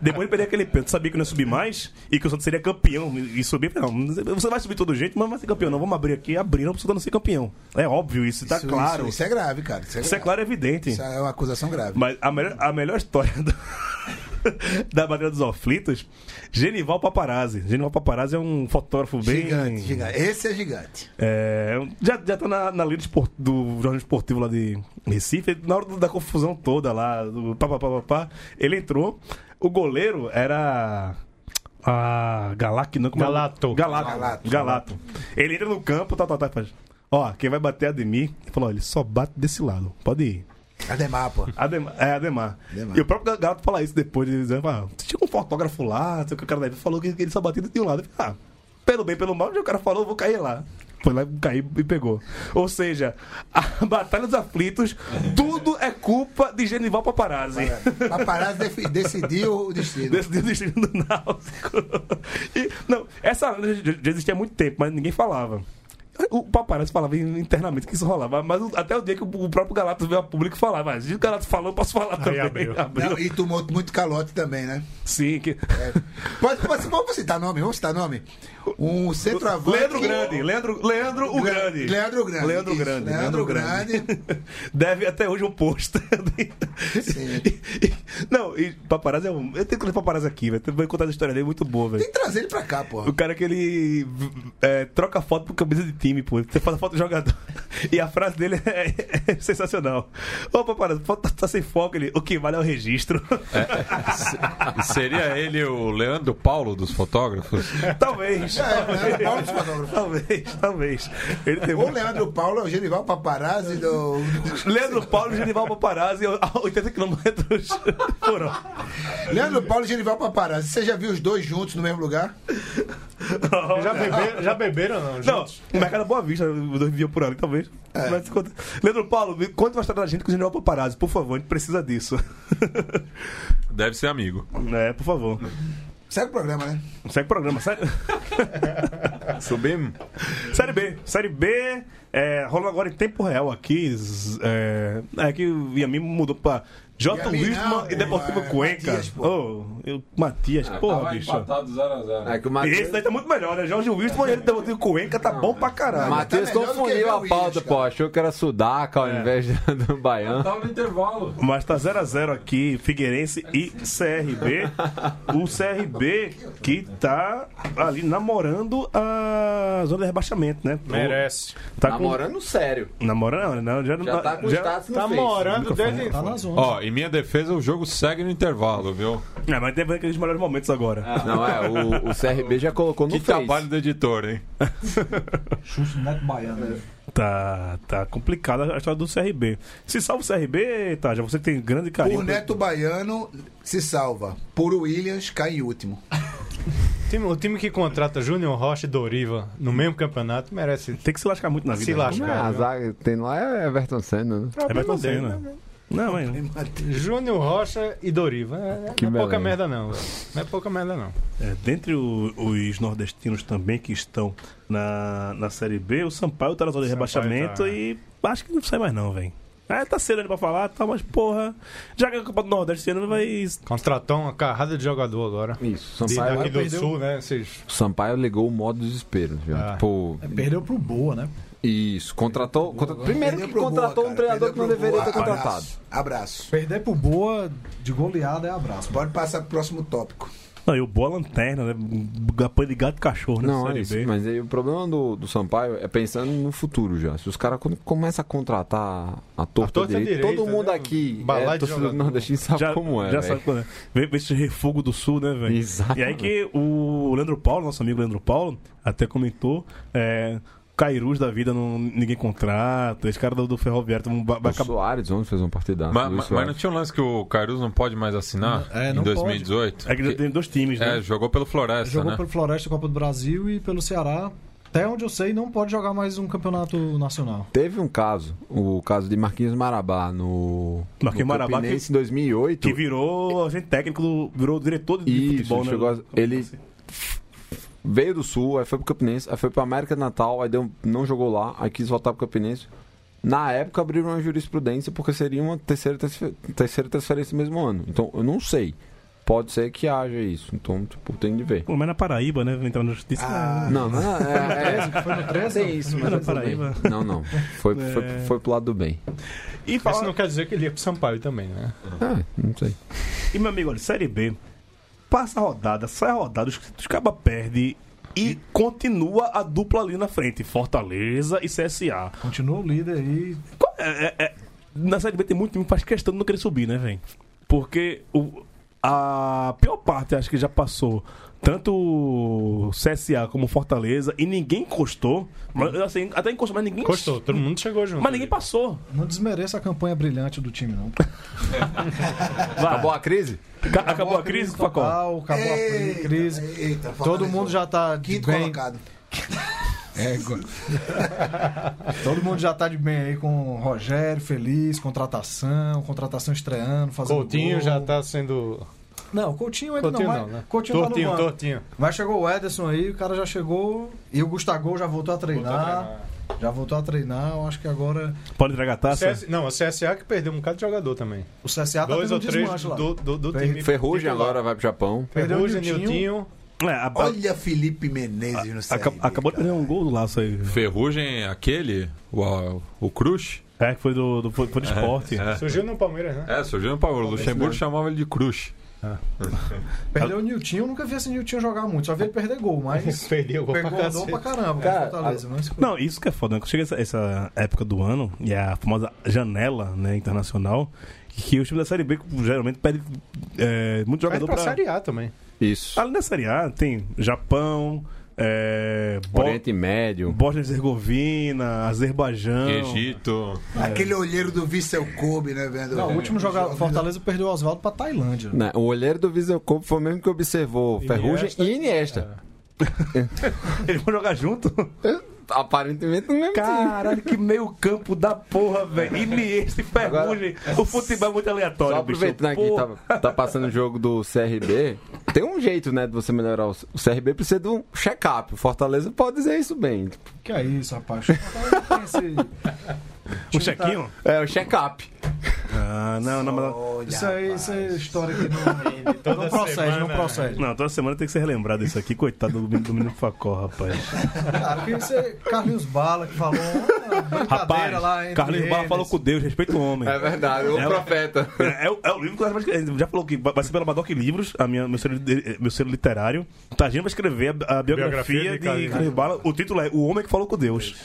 [SPEAKER 1] Depois de perder aquele pênalti, sabia que não ia subir mais e que o Santos seria campeão e e subir. Não, você vai subir todo jeito, mas não vai ser campeão. Não, vamos abrir aqui, abriram pro Santos não ser campeão. É óbvio isso, tá
[SPEAKER 3] Isso-
[SPEAKER 1] claro. Isso,
[SPEAKER 3] Isso, isso é grave, cara. Isso é,
[SPEAKER 1] é claro e evidente.
[SPEAKER 3] Isso é uma acusação grave.
[SPEAKER 1] Mas a melhor, a melhor história do- da Batalha dos Aflitos, Genival Paparazzi. Genival Paparazzi é um fotógrafo bem.
[SPEAKER 3] Gigante, gigante. Esse é gigante.
[SPEAKER 1] É, já, já tá na, na lei do, espor- do jornal esportivo lá de Recife. Na hora do- da confusão toda lá, do pá, pá, pá, pá, pá, ele entrou. O goleiro era. A Galac, não como é?
[SPEAKER 7] Galato.
[SPEAKER 1] Galato. Galato.
[SPEAKER 3] Galato.
[SPEAKER 1] Ele entra no campo, tá, tá, tá. Faz. Ó, quem vai bater é Ademir. Ele falou: ó, ele só bate desse lado. Pode ir.
[SPEAKER 3] Ademar, pô.
[SPEAKER 1] Ademar, é, Ademar.
[SPEAKER 3] Ademar.
[SPEAKER 1] E o próprio Galato fala isso depois. Ele diz, ah, tinha um fotógrafo lá, não sei o que o cara daí falou que ele só batia de um lado. Eu falei, ah, pelo bem, pelo mal, o cara falou, eu vou cair lá. Foi lá, caiu e pegou. Ou seja, a Batalha dos Aflitos, tudo é culpa de Genival Paparazzi.
[SPEAKER 3] Paparazzi defi- decidiu o destino.
[SPEAKER 1] Decidiu o destino do Náutico. E, não, essa lenda já já existia há muito tempo, mas ninguém falava. O paparazzi falava internamente que isso rolava, mas o- até o dia que o o próprio Galato veio a público e falava, "Ah, se o Galato falou, eu posso falar também.
[SPEAKER 7] abriu.
[SPEAKER 1] Abriu.
[SPEAKER 3] Não, e tomou muito calote também, né?
[SPEAKER 1] Sim, que...
[SPEAKER 3] É. Pode, pode- vamos citar nome, vamos citar nome. Um centroavante.
[SPEAKER 1] Leandro Grande, Leandro, Leandro o
[SPEAKER 3] Le-
[SPEAKER 1] Grande.
[SPEAKER 3] Leandro Grande,
[SPEAKER 1] Leandro
[SPEAKER 3] isso,
[SPEAKER 1] Grande.
[SPEAKER 3] Leandro
[SPEAKER 1] Deve até hoje um pôster.
[SPEAKER 3] Sim.
[SPEAKER 1] E- e- Não, e paparazzi é um. Eu tenho que ler paparazzi aqui, velho. Vou contar a história dele, é muito boa, velho.
[SPEAKER 3] Tem que trazer ele pra cá, pô.
[SPEAKER 1] O cara que ele v- é, troca foto por camisa de time, pô. Você faz a foto do jogador. E a frase dele é, é sensacional. Opa, para, foto tá, tá sem foco ele. O que vale é o registro.
[SPEAKER 6] Seria ele o Leandro Paulo dos fotógrafos?
[SPEAKER 1] talvez.
[SPEAKER 3] É, é, Paulo dos fotógrafos.
[SPEAKER 1] Talvez, talvez. Ele tem
[SPEAKER 3] Ou
[SPEAKER 1] muito...
[SPEAKER 3] Leandro Paulo é o Genival Paparazzi do.
[SPEAKER 1] Leandro Paulo e Genival Paparazzi a 80 km por hora.
[SPEAKER 3] Leandro Paulo e Genival Paparazzi. Você já viu os dois juntos no mesmo lugar?
[SPEAKER 7] Já, beberam, já beberam ou não?
[SPEAKER 1] Não,
[SPEAKER 7] juntos?
[SPEAKER 1] o mercado Boa Vista, os dois viviam por ali, talvez. Mas conta- Leandro Paulo, me conta uma história da gente com o General Paparazzi, por favor, a gente precisa disso.
[SPEAKER 6] Deve ser amigo.
[SPEAKER 1] é, por favor.
[SPEAKER 3] Segue o programa, né?
[SPEAKER 1] Segue o programa. Série,
[SPEAKER 6] Subimos.
[SPEAKER 1] série B. Série B, é, rolando agora em tempo real aqui. z- É, é que o Yami mudou pra J.
[SPEAKER 3] Yami
[SPEAKER 1] Wisman
[SPEAKER 3] não,
[SPEAKER 1] e Deportivo
[SPEAKER 3] é,
[SPEAKER 1] Cuenca.
[SPEAKER 3] Matias, pô.
[SPEAKER 1] Ô, eu- Matias, porra, bicho.
[SPEAKER 4] É que o
[SPEAKER 1] E
[SPEAKER 4] Matheus-
[SPEAKER 1] Esse daí tá muito melhor, né? Jorge Wilson e ele Deportivo Cuenca tá bom pra caralho.
[SPEAKER 3] Mas-
[SPEAKER 4] Matheus
[SPEAKER 3] melhor do que ver
[SPEAKER 4] confundiu
[SPEAKER 3] o
[SPEAKER 4] a
[SPEAKER 3] Williams,
[SPEAKER 4] pauta, pô.
[SPEAKER 3] cara.
[SPEAKER 4] Achou que era Sudaca ao invés de- do Baiano.
[SPEAKER 1] Mas tá 0x0 aqui, Figueirense e CRB. O CRB que tá ali namorando a zona de rebaixamento, né?
[SPEAKER 7] Merece.
[SPEAKER 1] Tá com...
[SPEAKER 4] Namorando sério.
[SPEAKER 1] Namorando? Não, já,
[SPEAKER 4] Já tá com status no
[SPEAKER 7] Tá
[SPEAKER 4] Face.
[SPEAKER 7] morando desde.
[SPEAKER 5] Tá na zona.
[SPEAKER 6] Ó, em minha defesa, o jogo segue no intervalo, viu?
[SPEAKER 1] É, mas teve aqueles melhores momentos agora.
[SPEAKER 4] Não, é, o, o CRB já colocou no
[SPEAKER 6] Que
[SPEAKER 4] Face.
[SPEAKER 6] trabalho do editor, hein?
[SPEAKER 5] Chute neto baiano. né?
[SPEAKER 1] Tá, tá complicada a história do CRB. Se salva o CRB, tá, já você tem grande carinho.
[SPEAKER 3] Por Neto Baiano se salva. Por Williams cai em último.
[SPEAKER 7] Time- o time que contrata Júnior Rocha e Doriva no mesmo campeonato merece
[SPEAKER 1] Tem que se lascar muito na vida. né?
[SPEAKER 7] se
[SPEAKER 4] Não é,
[SPEAKER 7] lascar.
[SPEAKER 4] a
[SPEAKER 7] viu?
[SPEAKER 4] zaga que tem lá é Everton Senna, né?
[SPEAKER 1] É mais cena. Não, é. mas...
[SPEAKER 7] Júnior Rocha e Doriva. É,
[SPEAKER 4] Que
[SPEAKER 7] não é pouca
[SPEAKER 4] beleza.
[SPEAKER 7] merda, não. velho. Não é pouca merda, não.
[SPEAKER 1] É, dentre o- os nordestinos também que estão na, na Série B, o Sampaio tá na zona de
[SPEAKER 7] Sampaio
[SPEAKER 1] rebaixamento
[SPEAKER 7] tá.
[SPEAKER 1] e acho que não sai mais não, velho. É, tá cedo ainda pra falar, tá, mas porra, já que a Copa do Nordeste esse ano vai...
[SPEAKER 7] Contratou uma carrada de jogador agora.
[SPEAKER 4] Isso,
[SPEAKER 7] De,
[SPEAKER 4] Sampaio,
[SPEAKER 7] daqui do
[SPEAKER 5] perdeu.
[SPEAKER 7] sul, né? Vocês-
[SPEAKER 4] o Sampaio ligou o modo desespero, viu?
[SPEAKER 7] Ah.
[SPEAKER 4] Tipo,
[SPEAKER 5] É, Perdeu pro Boa, né?
[SPEAKER 4] isso, contratou. contra- Primeiro
[SPEAKER 3] Perdeu
[SPEAKER 4] que
[SPEAKER 3] pro Boa,
[SPEAKER 4] contratou um
[SPEAKER 3] cara.
[SPEAKER 4] treinador que não
[SPEAKER 3] Perdeu pro
[SPEAKER 4] deveria ter
[SPEAKER 3] Boa.
[SPEAKER 4] contratado.
[SPEAKER 3] Abraço. Abraço.
[SPEAKER 5] Perder pro Boa de goleada é abraço.
[SPEAKER 3] Pode passar pro próximo tópico.
[SPEAKER 1] Não, e o Boa Lanterna, né? Apanha de gato e cachorro né, na
[SPEAKER 4] Não, é
[SPEAKER 1] Série
[SPEAKER 4] isso.
[SPEAKER 1] B.
[SPEAKER 4] Mas aí o problema do, do Sampaio é pensando no futuro já. Se os caras quando começam a contratar a torta,
[SPEAKER 7] torta
[SPEAKER 4] direita,
[SPEAKER 7] direita,
[SPEAKER 4] todo mundo
[SPEAKER 7] né?
[SPEAKER 4] aqui
[SPEAKER 7] Balar
[SPEAKER 4] é
[SPEAKER 7] de
[SPEAKER 4] torcedor
[SPEAKER 7] jogador.
[SPEAKER 4] nordestino sabe
[SPEAKER 1] Já,
[SPEAKER 4] como é,
[SPEAKER 1] já
[SPEAKER 4] velho.
[SPEAKER 1] sabe quando é. Vem vem esse refugo do sul, né, velho? E aí
[SPEAKER 4] Exatamente.
[SPEAKER 1] que o Leandro Paulo, nosso amigo Leandro Paulo, até comentou, é... Cairus da vida, não, ninguém contrata. Esse cara do, do Ferroviário tão- vai, vai
[SPEAKER 4] O Soares ontem fez um partidaço.
[SPEAKER 6] Ma- ma-
[SPEAKER 4] Luiz
[SPEAKER 6] Mas,
[SPEAKER 4] Soares.
[SPEAKER 6] não tinha um lance que o Caruso não pode mais assinar
[SPEAKER 5] É,
[SPEAKER 6] em
[SPEAKER 5] não pode.
[SPEAKER 6] 2018?
[SPEAKER 1] É que já tem dois times, né?
[SPEAKER 6] É, jogou pelo Floresta,
[SPEAKER 5] Jogou
[SPEAKER 6] né?
[SPEAKER 5] pelo Floresta Copa do Brasil e pelo Ceará. Até onde eu sei, não pode jogar mais um campeonato nacional.
[SPEAKER 4] Teve um caso, o caso de Marquinhos Marabá no,
[SPEAKER 1] Marquinhos
[SPEAKER 4] no
[SPEAKER 1] Marabá,
[SPEAKER 4] Campinense
[SPEAKER 1] que-
[SPEAKER 4] em 2008.
[SPEAKER 1] Que virou agente técnico, do, virou diretor de
[SPEAKER 4] Isso,
[SPEAKER 1] futebol, né?
[SPEAKER 4] chegou a- ele veio do Sul, aí foi pro Campinense, aí foi pra América do Natal, aí deu, não jogou lá, aí quis voltar pro Campinense. Na época abriram uma jurisprudência porque seria uma terceira, transfer- terceira transferência no mesmo ano. Então, eu não sei. Pode ser que haja isso. Então, tipo, tem de ver.
[SPEAKER 1] Pô, mas na Paraíba, né? Entrar na justiça.
[SPEAKER 3] Ah,
[SPEAKER 4] Não, não, é, é, foi no 13? Tem isso, mas
[SPEAKER 1] Foi na
[SPEAKER 4] é tudo bem.
[SPEAKER 1] Paraíba.
[SPEAKER 4] Não, não. Foi, foi, foi pro lado do bem.
[SPEAKER 1] E,
[SPEAKER 7] Isso
[SPEAKER 1] fala,
[SPEAKER 7] não quer dizer que ele ia pro Sampaio também, né?
[SPEAKER 4] Ah, não sei.
[SPEAKER 1] e meu amigo, olha, Série B. Passa a rodada, sai a rodada, os, os cabas perdem e continua a dupla ali na frente. Fortaleza e CSA.
[SPEAKER 5] Continua o líder aí.
[SPEAKER 1] Qual- é- é- é- na Série B tem muito time que faz questão de não querer subir, né, velho? Porque o- a pior parte, acho que já passou. Tanto o CSA como o Fortaleza, e ninguém encostou. Mas, assim, até encostou, mas ninguém.
[SPEAKER 7] Gostou, todo mundo chegou junto.
[SPEAKER 1] Mas ninguém passou.
[SPEAKER 5] Não desmereça a campanha brilhante do time, não.
[SPEAKER 4] Acabou a crise?
[SPEAKER 1] Ca- Acabou a crise, Facó?
[SPEAKER 5] Total, acabou a
[SPEAKER 3] Eita,
[SPEAKER 5] crise.
[SPEAKER 3] eita, Facó
[SPEAKER 5] Todo
[SPEAKER 3] analisou.
[SPEAKER 5] mundo já tá de
[SPEAKER 3] Quinto
[SPEAKER 5] bem.
[SPEAKER 3] colocado.
[SPEAKER 5] É, go- Todo mundo já tá de bem aí com o Rogério, feliz, contratação, contratação estreando, fazendo.
[SPEAKER 7] Coutinho
[SPEAKER 5] gol.
[SPEAKER 7] já tá sendo.
[SPEAKER 5] Não, Coutinho ainda
[SPEAKER 7] Coutinho
[SPEAKER 5] não,
[SPEAKER 7] não,
[SPEAKER 5] mas-
[SPEAKER 7] né?
[SPEAKER 5] Coutinho tá no
[SPEAKER 7] tortinho,
[SPEAKER 5] banco.
[SPEAKER 7] tortinho.
[SPEAKER 5] Mas chegou o Ederson aí, o cara já chegou. E o Gustavo já voltou a treinar. Já voltou a treinar, eu acho que agora.
[SPEAKER 1] Pode entregar a taça?
[SPEAKER 7] CS não, a CSA que perdeu um bocado de jogador também.
[SPEAKER 5] O CSA tá
[SPEAKER 7] Dois
[SPEAKER 5] tendo um
[SPEAKER 7] ou três
[SPEAKER 5] desmanche lá.
[SPEAKER 7] do, do, do
[SPEAKER 5] Fer-
[SPEAKER 7] time.
[SPEAKER 4] Ferrugem
[SPEAKER 7] titular.
[SPEAKER 4] agora vai pro Japão.
[SPEAKER 7] Ferrugem,
[SPEAKER 5] Perdeu o Niltinho.
[SPEAKER 7] Niltinho.
[SPEAKER 1] É, a- a-
[SPEAKER 3] Olha Felipe Menezes no
[SPEAKER 1] aca-
[SPEAKER 3] CRB,
[SPEAKER 1] acabou de
[SPEAKER 3] cara.
[SPEAKER 1] perder um gol do laço aí.
[SPEAKER 6] Ferrugem, aquele, o, o Cruz.
[SPEAKER 1] É, que foi do, do, foi, foi do esporte.
[SPEAKER 7] Surgiu no Palmeiras, né?
[SPEAKER 6] É, surgiu no Paulo. O Luxemburgo chamava ele de Cruz.
[SPEAKER 5] Perdeu o Niltinho, eu nunca vi esse Niltinho jogar muito. Só vi ele perder gol, mas
[SPEAKER 7] Perdeu o gol pra
[SPEAKER 5] pegou andou pra
[SPEAKER 7] cacete.
[SPEAKER 5] caramba.
[SPEAKER 4] Cara,
[SPEAKER 5] Cara, Fortaleza, mas...
[SPEAKER 1] Não, isso que é foda. né? Quando chega essa, essa época do ano, e é a famosa janela né, internacional, que os times da Série B geralmente pedem é, muito
[SPEAKER 7] Mas
[SPEAKER 1] jogador
[SPEAKER 7] pra
[SPEAKER 1] pra-
[SPEAKER 7] Série A também.
[SPEAKER 4] Isso.
[SPEAKER 1] Além da Série A, tem Japão, é, Bo-
[SPEAKER 4] Oriente Médio.
[SPEAKER 1] Bósnia e Herzegovina, Azerbaijão.
[SPEAKER 6] Egito.
[SPEAKER 3] Aquele olheiro do Vissel Kobe, né, vendo?
[SPEAKER 5] Não, o último é, jogador. Fortaleza perdeu o Oswaldo pra Tailândia.
[SPEAKER 4] Né, O olheiro do Viseu Kobe foi o mesmo que observou Ferrugem e Iniesta.
[SPEAKER 1] Eles vão jogar junto?
[SPEAKER 4] Aparentemente no mesmo time.
[SPEAKER 1] Caralho, que meio campo da porra, velho. Iniesta e Ferrugem. O futebol é muito aleatório,
[SPEAKER 4] Só
[SPEAKER 1] bicho.
[SPEAKER 4] aproveitando aqui,
[SPEAKER 1] Porra.
[SPEAKER 4] tá, tá passando o jogo do CRB. Tem um jeito, né, de você melhorar. O, o CRB precisa de um check-up. O Fortaleza pode dizer isso bem. Tipo,
[SPEAKER 5] Que é isso, rapaz? Fortaleza tem esse-
[SPEAKER 1] Um chequinho?
[SPEAKER 4] É, o check-up.
[SPEAKER 1] Ah, não, não, mas...
[SPEAKER 5] Isso aí, isso aí é história que não, não procede, não
[SPEAKER 7] né?
[SPEAKER 5] procede.
[SPEAKER 1] Não, toda semana tem que ser relembrado isso aqui. Coitado do menino, do menino Facó, rapaz.
[SPEAKER 5] Cara, que isso é Carlinhos Bala que falou uma brincadeira
[SPEAKER 1] Rapaz,
[SPEAKER 5] lá entre
[SPEAKER 1] Carlinhos Barra
[SPEAKER 5] eles.
[SPEAKER 1] falou com Deus, respeita o homem.
[SPEAKER 4] É verdade, o
[SPEAKER 1] É,
[SPEAKER 4] profeta.
[SPEAKER 1] É, é o- é o livro que eu acho que- ele já falou que vai vai ser pela Madoc Livros, a minha, meu, selo, de- meu selo literário. Targino vai escrever a, a biografia,
[SPEAKER 7] Biografia de
[SPEAKER 1] de
[SPEAKER 7] Carlinhos.
[SPEAKER 1] Carlinhos Bala. O título é O Homem que Falou com Deus.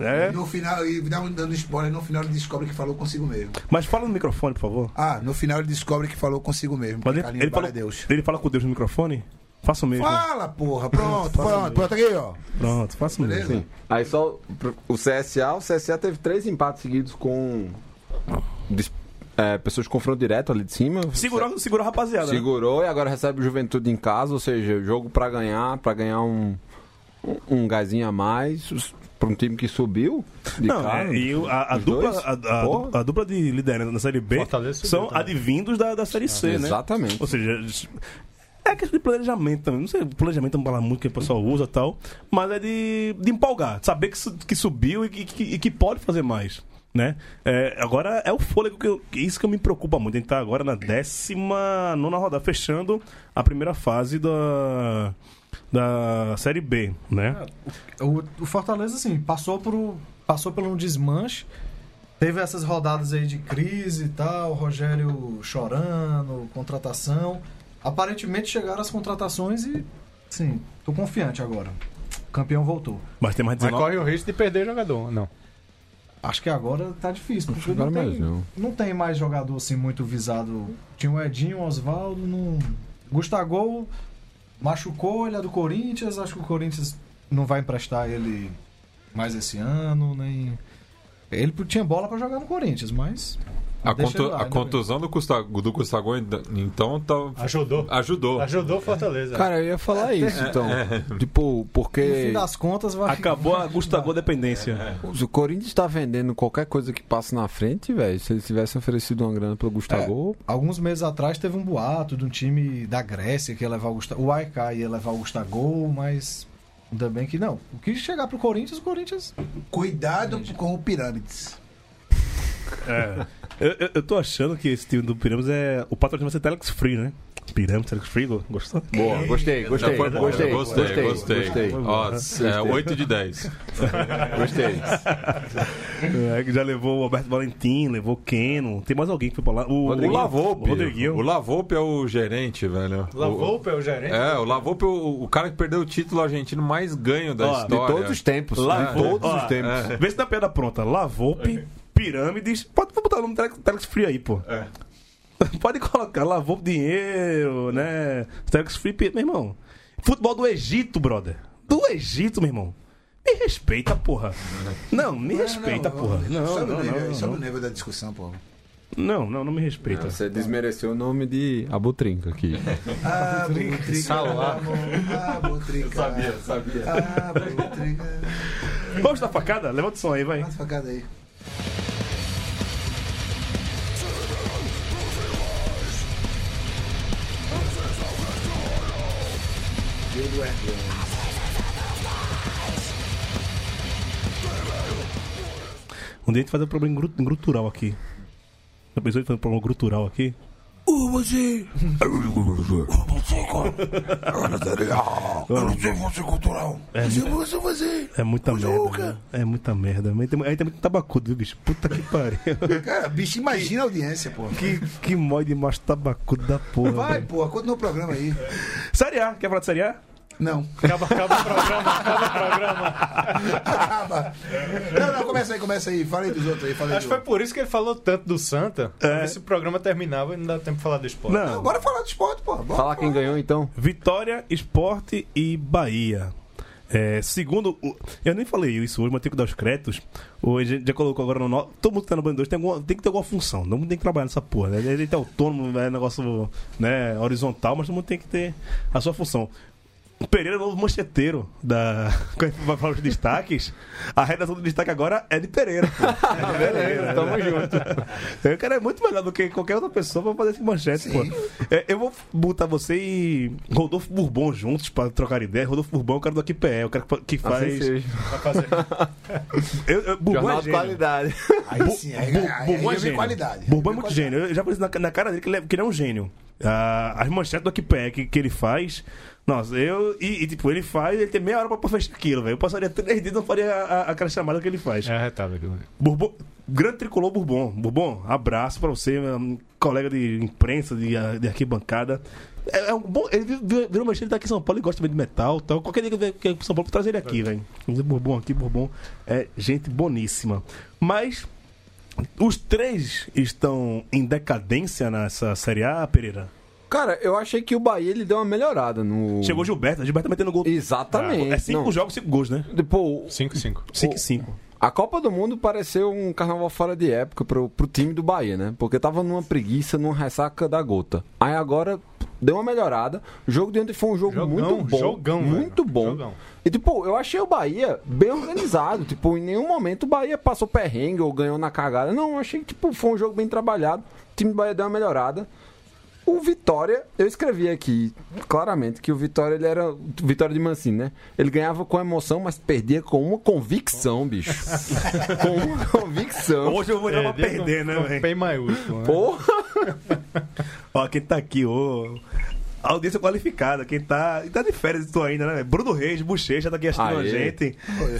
[SPEAKER 1] É,
[SPEAKER 3] No final, e dá um- dando spoiler, no final ele descobre que falou consigo mesmo.
[SPEAKER 1] mas fala no microfone, por favor.
[SPEAKER 3] Ah, no final ele descobre que falou consigo mesmo.
[SPEAKER 1] Mas
[SPEAKER 3] que
[SPEAKER 1] ele,
[SPEAKER 3] Carlinhos
[SPEAKER 1] ele,
[SPEAKER 3] Bala
[SPEAKER 1] fala,
[SPEAKER 3] é Deus.
[SPEAKER 1] ele fala com Deus no microfone? Faça o mesmo.
[SPEAKER 3] Fala, porra. Pronto, pronto, pronto aqui, ó.
[SPEAKER 1] Pronto, faça o mesmo.
[SPEAKER 3] Beleza?
[SPEAKER 4] Aí só o pro- o CSA, o CSA teve três empates seguidos com dis- é, pessoas de confronto direto ali de cima.
[SPEAKER 1] Segurou, segurou a rapaziada. né?
[SPEAKER 4] Segurou e agora recebe o Juventude em casa, ou seja, jogo pra ganhar, pra ganhar um um, um gásinho a mais os- pra um time que subiu de
[SPEAKER 1] Não, é,
[SPEAKER 4] casa.
[SPEAKER 1] e o- a, a
[SPEAKER 4] Os
[SPEAKER 1] dupla,
[SPEAKER 4] dois?
[SPEAKER 1] a, a-
[SPEAKER 4] Porra.
[SPEAKER 1] a dupla de liderança na Série B
[SPEAKER 7] Fortaleza subiu
[SPEAKER 1] são
[SPEAKER 7] também.
[SPEAKER 1] advindos da, da Série C, né?
[SPEAKER 4] Exatamente.
[SPEAKER 1] Ou seja, é questão de planejamento também. Não sei, planejamento é uma palavra muito que o pessoal usa e tal, mas é de, de empolgar, de saber que, su- que subiu e que, que- e que pode fazer mais. Né? É, agora é o fôlego que eu- que isso que eu me preocupa muito. A gente tá agora na décima nona rodada, fechando a primeira fase da, da Série B. Né?
[SPEAKER 7] Ah,
[SPEAKER 5] O, o Fortaleza, assim, passou por, passou por um desmanche. Teve essas rodadas aí de crise e tal, Rogério chorando, contratação. Aparentemente chegaram as contratações e, sim, tô confiante agora. O campeão voltou.
[SPEAKER 1] Mas tem mais
[SPEAKER 7] Mas
[SPEAKER 1] 19.
[SPEAKER 7] corre o risco de perder jogador, não.
[SPEAKER 5] Acho que agora tá difícil, porque
[SPEAKER 4] Agora
[SPEAKER 5] não tem,
[SPEAKER 4] mais não.
[SPEAKER 5] não tem mais jogador assim muito visado. Tinha o Edinho, o Oswaldo, não. Gustavo machucou, ele é do Corinthians, acho que o Corinthians não vai emprestar ele mais esse ano, nem. Ele tinha bola pra jogar no Corinthians, mas.
[SPEAKER 6] A,
[SPEAKER 5] deixa
[SPEAKER 6] contu-
[SPEAKER 5] ele lá,
[SPEAKER 6] a
[SPEAKER 5] né?
[SPEAKER 6] contusão do, Custa- do Gustavo, então, tá-
[SPEAKER 7] Ajudou.
[SPEAKER 6] ajudou.
[SPEAKER 7] Ajudou o Fortaleza.
[SPEAKER 4] Cara, eu ia falar isso, então. Tipo,
[SPEAKER 5] No
[SPEAKER 4] porque
[SPEAKER 5] fim das contas vai
[SPEAKER 1] Acabou a Gustavo dependência.
[SPEAKER 4] o Corinthians tá vendendo qualquer coisa que passa na frente, velho. Se eles tivessem oferecido uma grana pro Gustavo,
[SPEAKER 5] Alguns meses atrás teve um boato de um time da Grécia que ia levar o Gustavo. O Aikai ia levar o Gustavo, mas. Ainda bem que não. O que chegar pro Corinthians, o Corinthians
[SPEAKER 3] Cuidado com o Pirâmides.
[SPEAKER 1] Eu, eu, eu tô achando que esse time do Pirâmides é. O patrocínio vai ser Telex Free, né? Pirâmides, Telex Free, go- gostou?
[SPEAKER 4] boa, gostei,
[SPEAKER 6] Já
[SPEAKER 4] gostei,
[SPEAKER 6] foi bom,
[SPEAKER 4] gostei,
[SPEAKER 6] já gostei, gostei,
[SPEAKER 4] gostei,
[SPEAKER 6] Ó, é 8 de 10.
[SPEAKER 4] gostei.
[SPEAKER 1] É, que já levou o Alberto Valentim, levou o Keno. Tem mais alguém que foi pra lá? O,
[SPEAKER 6] O Lavoupe.
[SPEAKER 1] O Rodriguinho.
[SPEAKER 6] O Lavoupe é o gerente, velho.
[SPEAKER 7] Lavou é o gerente.
[SPEAKER 6] É, o Lavoupe é o, o cara que perdeu o título argentino mais ganho da
[SPEAKER 1] Ó, de
[SPEAKER 4] De
[SPEAKER 6] história.
[SPEAKER 4] todos os tempos, de
[SPEAKER 1] Lavou-
[SPEAKER 4] todos
[SPEAKER 1] Ó,
[SPEAKER 4] os tempos.
[SPEAKER 1] Vê se dá pedra pronta. Lavoupe, Pirâmides. Pode vou botar o nome Telex, Telex Free aí, pô.
[SPEAKER 6] É.
[SPEAKER 1] Pode colocar. Lavoupe Dinheiro, né? Telex Free, Pi- meu irmão. Futebol do Egito, brother. Do Egito, meu irmão. Me respeita, porra. Não, me respeita, porra. Não, não,
[SPEAKER 3] Sobe o
[SPEAKER 1] não,
[SPEAKER 3] nível,
[SPEAKER 1] não,
[SPEAKER 3] sobe o
[SPEAKER 1] não.
[SPEAKER 3] nível da discussão, porra.
[SPEAKER 1] Não, não, não me respeita.
[SPEAKER 4] Você desmereceu o nome de Abutrinca aqui.
[SPEAKER 3] Ah, Botrica. Ah, Botrica.
[SPEAKER 4] sabia.
[SPEAKER 3] Ah, Botrica.
[SPEAKER 1] Vamos dar facada? Levanta o som aí, vai.
[SPEAKER 3] Dá uma facada aí.
[SPEAKER 1] Um dia a gente faz um problema engru- engrutural aqui. Já pensou em fazer um problema grutural aqui?
[SPEAKER 3] Ô, você! Você, cara! Eu não sei você cultural! Você, você, você!
[SPEAKER 1] É muita
[SPEAKER 3] Ô,
[SPEAKER 1] merda.
[SPEAKER 3] Juca.
[SPEAKER 1] né? É muita merda. Mas tem- Aí tem muito tabacudo, viu, bicho? Puta que pariu.
[SPEAKER 3] Cara, bicho, imagina a audiência, pô.
[SPEAKER 1] que, que mó de macho tabacudo da porra.
[SPEAKER 3] Vai,
[SPEAKER 1] velho.
[SPEAKER 3] porra, continua o programa aí.
[SPEAKER 1] Série A, quer falar de Série A?
[SPEAKER 3] Não.
[SPEAKER 7] Acaba, acaba o programa, acaba o programa.
[SPEAKER 3] Acaba. Não, não, começa aí, começa aí. Fala aí dos outros aí, fala aí.
[SPEAKER 7] Acho que
[SPEAKER 3] do-
[SPEAKER 7] foi por isso que ele falou tanto do Santa.
[SPEAKER 1] É.
[SPEAKER 7] É. Esse programa terminava e não dá tempo de falar do esporte.
[SPEAKER 3] Não,
[SPEAKER 1] Não.
[SPEAKER 3] bora falar do esporte, pô. Bora
[SPEAKER 4] Falar quem ganhou então.
[SPEAKER 1] Vitória, Esporte e Bahia. É, segundo. o- Eu nem falei isso hoje, mas tenho que dar os créditos. Hoje a gente já colocou agora no. no- Todo mundo que tá no Band 2 tem, alguma- tem que ter alguma função. Todo mundo tem que trabalhar nessa porra, né? Ele tá autônomo, é negócio né, horizontal, mas todo mundo tem que ter a sua função. O Pereira é o novo mancheteiro da. Quando a gente vai falar os destaques, a redação do destaque agora é de Pereira. pô.
[SPEAKER 4] Beleza, tamo junto.
[SPEAKER 1] É, O cara é muito melhor do que qualquer outra pessoa pra fazer esse manchete, pô. É, eu vou botar você e Rodolfo Bourbon juntos pra trocar ideia. Rodolfo Bourbon é o cara do AQPE, o cara que
[SPEAKER 4] Assim
[SPEAKER 1] faz.
[SPEAKER 4] seja.
[SPEAKER 7] Pra fazer.
[SPEAKER 1] eu, eu, Bourbon
[SPEAKER 4] Jornal
[SPEAKER 1] é
[SPEAKER 4] de
[SPEAKER 1] gênio.
[SPEAKER 4] qualidade.
[SPEAKER 3] Aí sim, aí, aí, aí,
[SPEAKER 1] Bourbon é
[SPEAKER 3] eu vi
[SPEAKER 1] gênio.
[SPEAKER 3] qualidade.
[SPEAKER 1] Bourbon é
[SPEAKER 3] Eu vi
[SPEAKER 1] muito
[SPEAKER 3] qualidade.
[SPEAKER 1] gênio. Eu já falei na, na cara dele que ele, é, que ele é um gênio. Ah, as manchetes do AQPE que, que ele faz. Nossa, eu. E, e, tipo, ele faz, ele tem meia hora pra- pra fechar aquilo, velho. Eu passaria três dias e não faria a- a- aquela chamada que ele faz.
[SPEAKER 7] É arretado aquilo.
[SPEAKER 1] Bourbon, grande tricolor Bourbon. Bourbon, abraço pra você, meu colega de imprensa, de, ah, de arquibancada. É, é um bom, ele vi- vi- virou mexer, ele tá aqui em São Paulo, ele gosta também de metal tal. Qualquer dia que eu vier aqui em São Paulo, eu vou trazer ele aqui, velho. Bourbon aqui, Bourbon é gente boníssima. Mas os três estão em decadência nessa Série A, Pereira.
[SPEAKER 4] Cara, eu achei que o Bahia ele deu uma melhorada no.
[SPEAKER 1] Chegou Gilberto, Gilberto tá metendo gol.
[SPEAKER 4] Exatamente.
[SPEAKER 1] É cinco
[SPEAKER 4] Não. Tipo,
[SPEAKER 1] jogos, cinco gols, né?
[SPEAKER 4] Pô,
[SPEAKER 7] 5-5.
[SPEAKER 1] 5 e 5.
[SPEAKER 4] a Copa do Mundo pareceu um carnaval fora de época pro, pro time do Bahia, né? Porque tava numa preguiça, numa ressaca da gota. Aí agora deu uma melhorada. O jogo de ontem foi um jogo
[SPEAKER 7] Jogão,
[SPEAKER 4] muito bom.
[SPEAKER 7] jogão,
[SPEAKER 4] muito
[SPEAKER 7] velho.
[SPEAKER 4] bom.
[SPEAKER 7] Jogão.
[SPEAKER 4] E tipo, eu achei o Bahia bem organizado. tipo, em nenhum momento o Bahia passou perrengue ou ganhou na cagada. Não, eu achei que tipo, foi um jogo bem trabalhado. O time do Bahia deu uma melhorada. O Vitória, eu escrevi aqui claramente que o Vitória ele era. Vitória de Mancini, né? Ele ganhava com emoção, mas perdia com uma convicção, bicho. com uma convicção.
[SPEAKER 1] Hoje eu
[SPEAKER 7] É,
[SPEAKER 1] vou dar uma perder, né, velho?
[SPEAKER 7] Pay maiúsculo. Né?
[SPEAKER 4] Porra!
[SPEAKER 1] Ó, quem tá aqui, ô. Audiência qualificada, quem tá. E tá de férias tu ainda, né? velho? Bruno Reis, Bochecha, tá aqui assistindo
[SPEAKER 4] Aê.
[SPEAKER 1] a gente.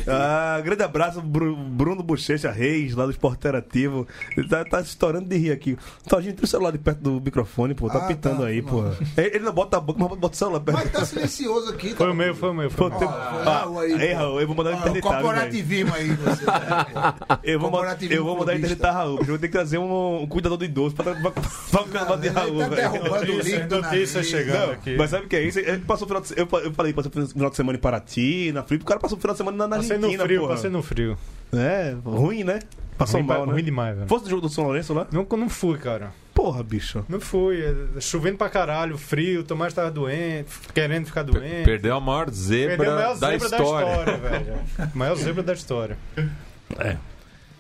[SPEAKER 1] Ah, grande abraço, Bru- Bruno Bochecha Reis, lá do Esporte Interativo. Ele tá, tá estourando de rir aqui. Todinho, tem o celular de perto do microfone, pô. Tá
[SPEAKER 3] Ah,
[SPEAKER 1] pitando
[SPEAKER 3] tá,
[SPEAKER 1] aí,
[SPEAKER 3] tá
[SPEAKER 1] pô. Ele ele não bota a boca, mas bota o celular perto.
[SPEAKER 3] Mas tá silencioso aqui, tá?
[SPEAKER 7] Foi o meu, foi o meu. Foi o meu.
[SPEAKER 1] Tem-
[SPEAKER 3] Ah, Raul aí,
[SPEAKER 1] Ah, ei, Raul, eu vou mandar ele
[SPEAKER 3] Ah, o
[SPEAKER 1] interditar. viu, velho? Tá
[SPEAKER 3] corporativismo aí, você. né, pô?
[SPEAKER 1] Eu vou, mandar-
[SPEAKER 3] corporativismo
[SPEAKER 1] eu vou mandar
[SPEAKER 3] clubista.
[SPEAKER 1] interditar Raul, porque eu vou ter que trazer um, um cuidador do idoso pra, pra, pra acabar de
[SPEAKER 3] Ele tá
[SPEAKER 1] Raul. velho.
[SPEAKER 3] derrubando o
[SPEAKER 7] Notícia,
[SPEAKER 3] líquido na
[SPEAKER 7] notícia
[SPEAKER 3] vida.
[SPEAKER 7] chegando
[SPEAKER 3] Não,
[SPEAKER 7] aqui.
[SPEAKER 1] Mas sabe o que é isso? Ele passou o final de, eu, fa- eu falei, passou o final de semana em Paraty, na Flip, o cara passou o final de semana na, na
[SPEAKER 7] Passei no
[SPEAKER 1] Argentina,
[SPEAKER 7] frio,
[SPEAKER 1] porra.
[SPEAKER 7] passei no frio.
[SPEAKER 1] É, ruim, né? Passou
[SPEAKER 7] Ruim,
[SPEAKER 1] mal,
[SPEAKER 7] pra-
[SPEAKER 1] né?
[SPEAKER 7] ruim demais, velho.
[SPEAKER 1] Fosse do jogo do São Lourenço lá?
[SPEAKER 7] Não, não fui, cara.
[SPEAKER 1] Porra, bicho.
[SPEAKER 7] Não fui. é, Chovendo pra caralho, frio, o Tomás tava doente, f- querendo ficar doente.
[SPEAKER 6] Perdeu a maior zebra,
[SPEAKER 7] Perdeu a maior
[SPEAKER 6] da,
[SPEAKER 7] zebra
[SPEAKER 6] história.
[SPEAKER 7] da história, velho. Maior zebra da história.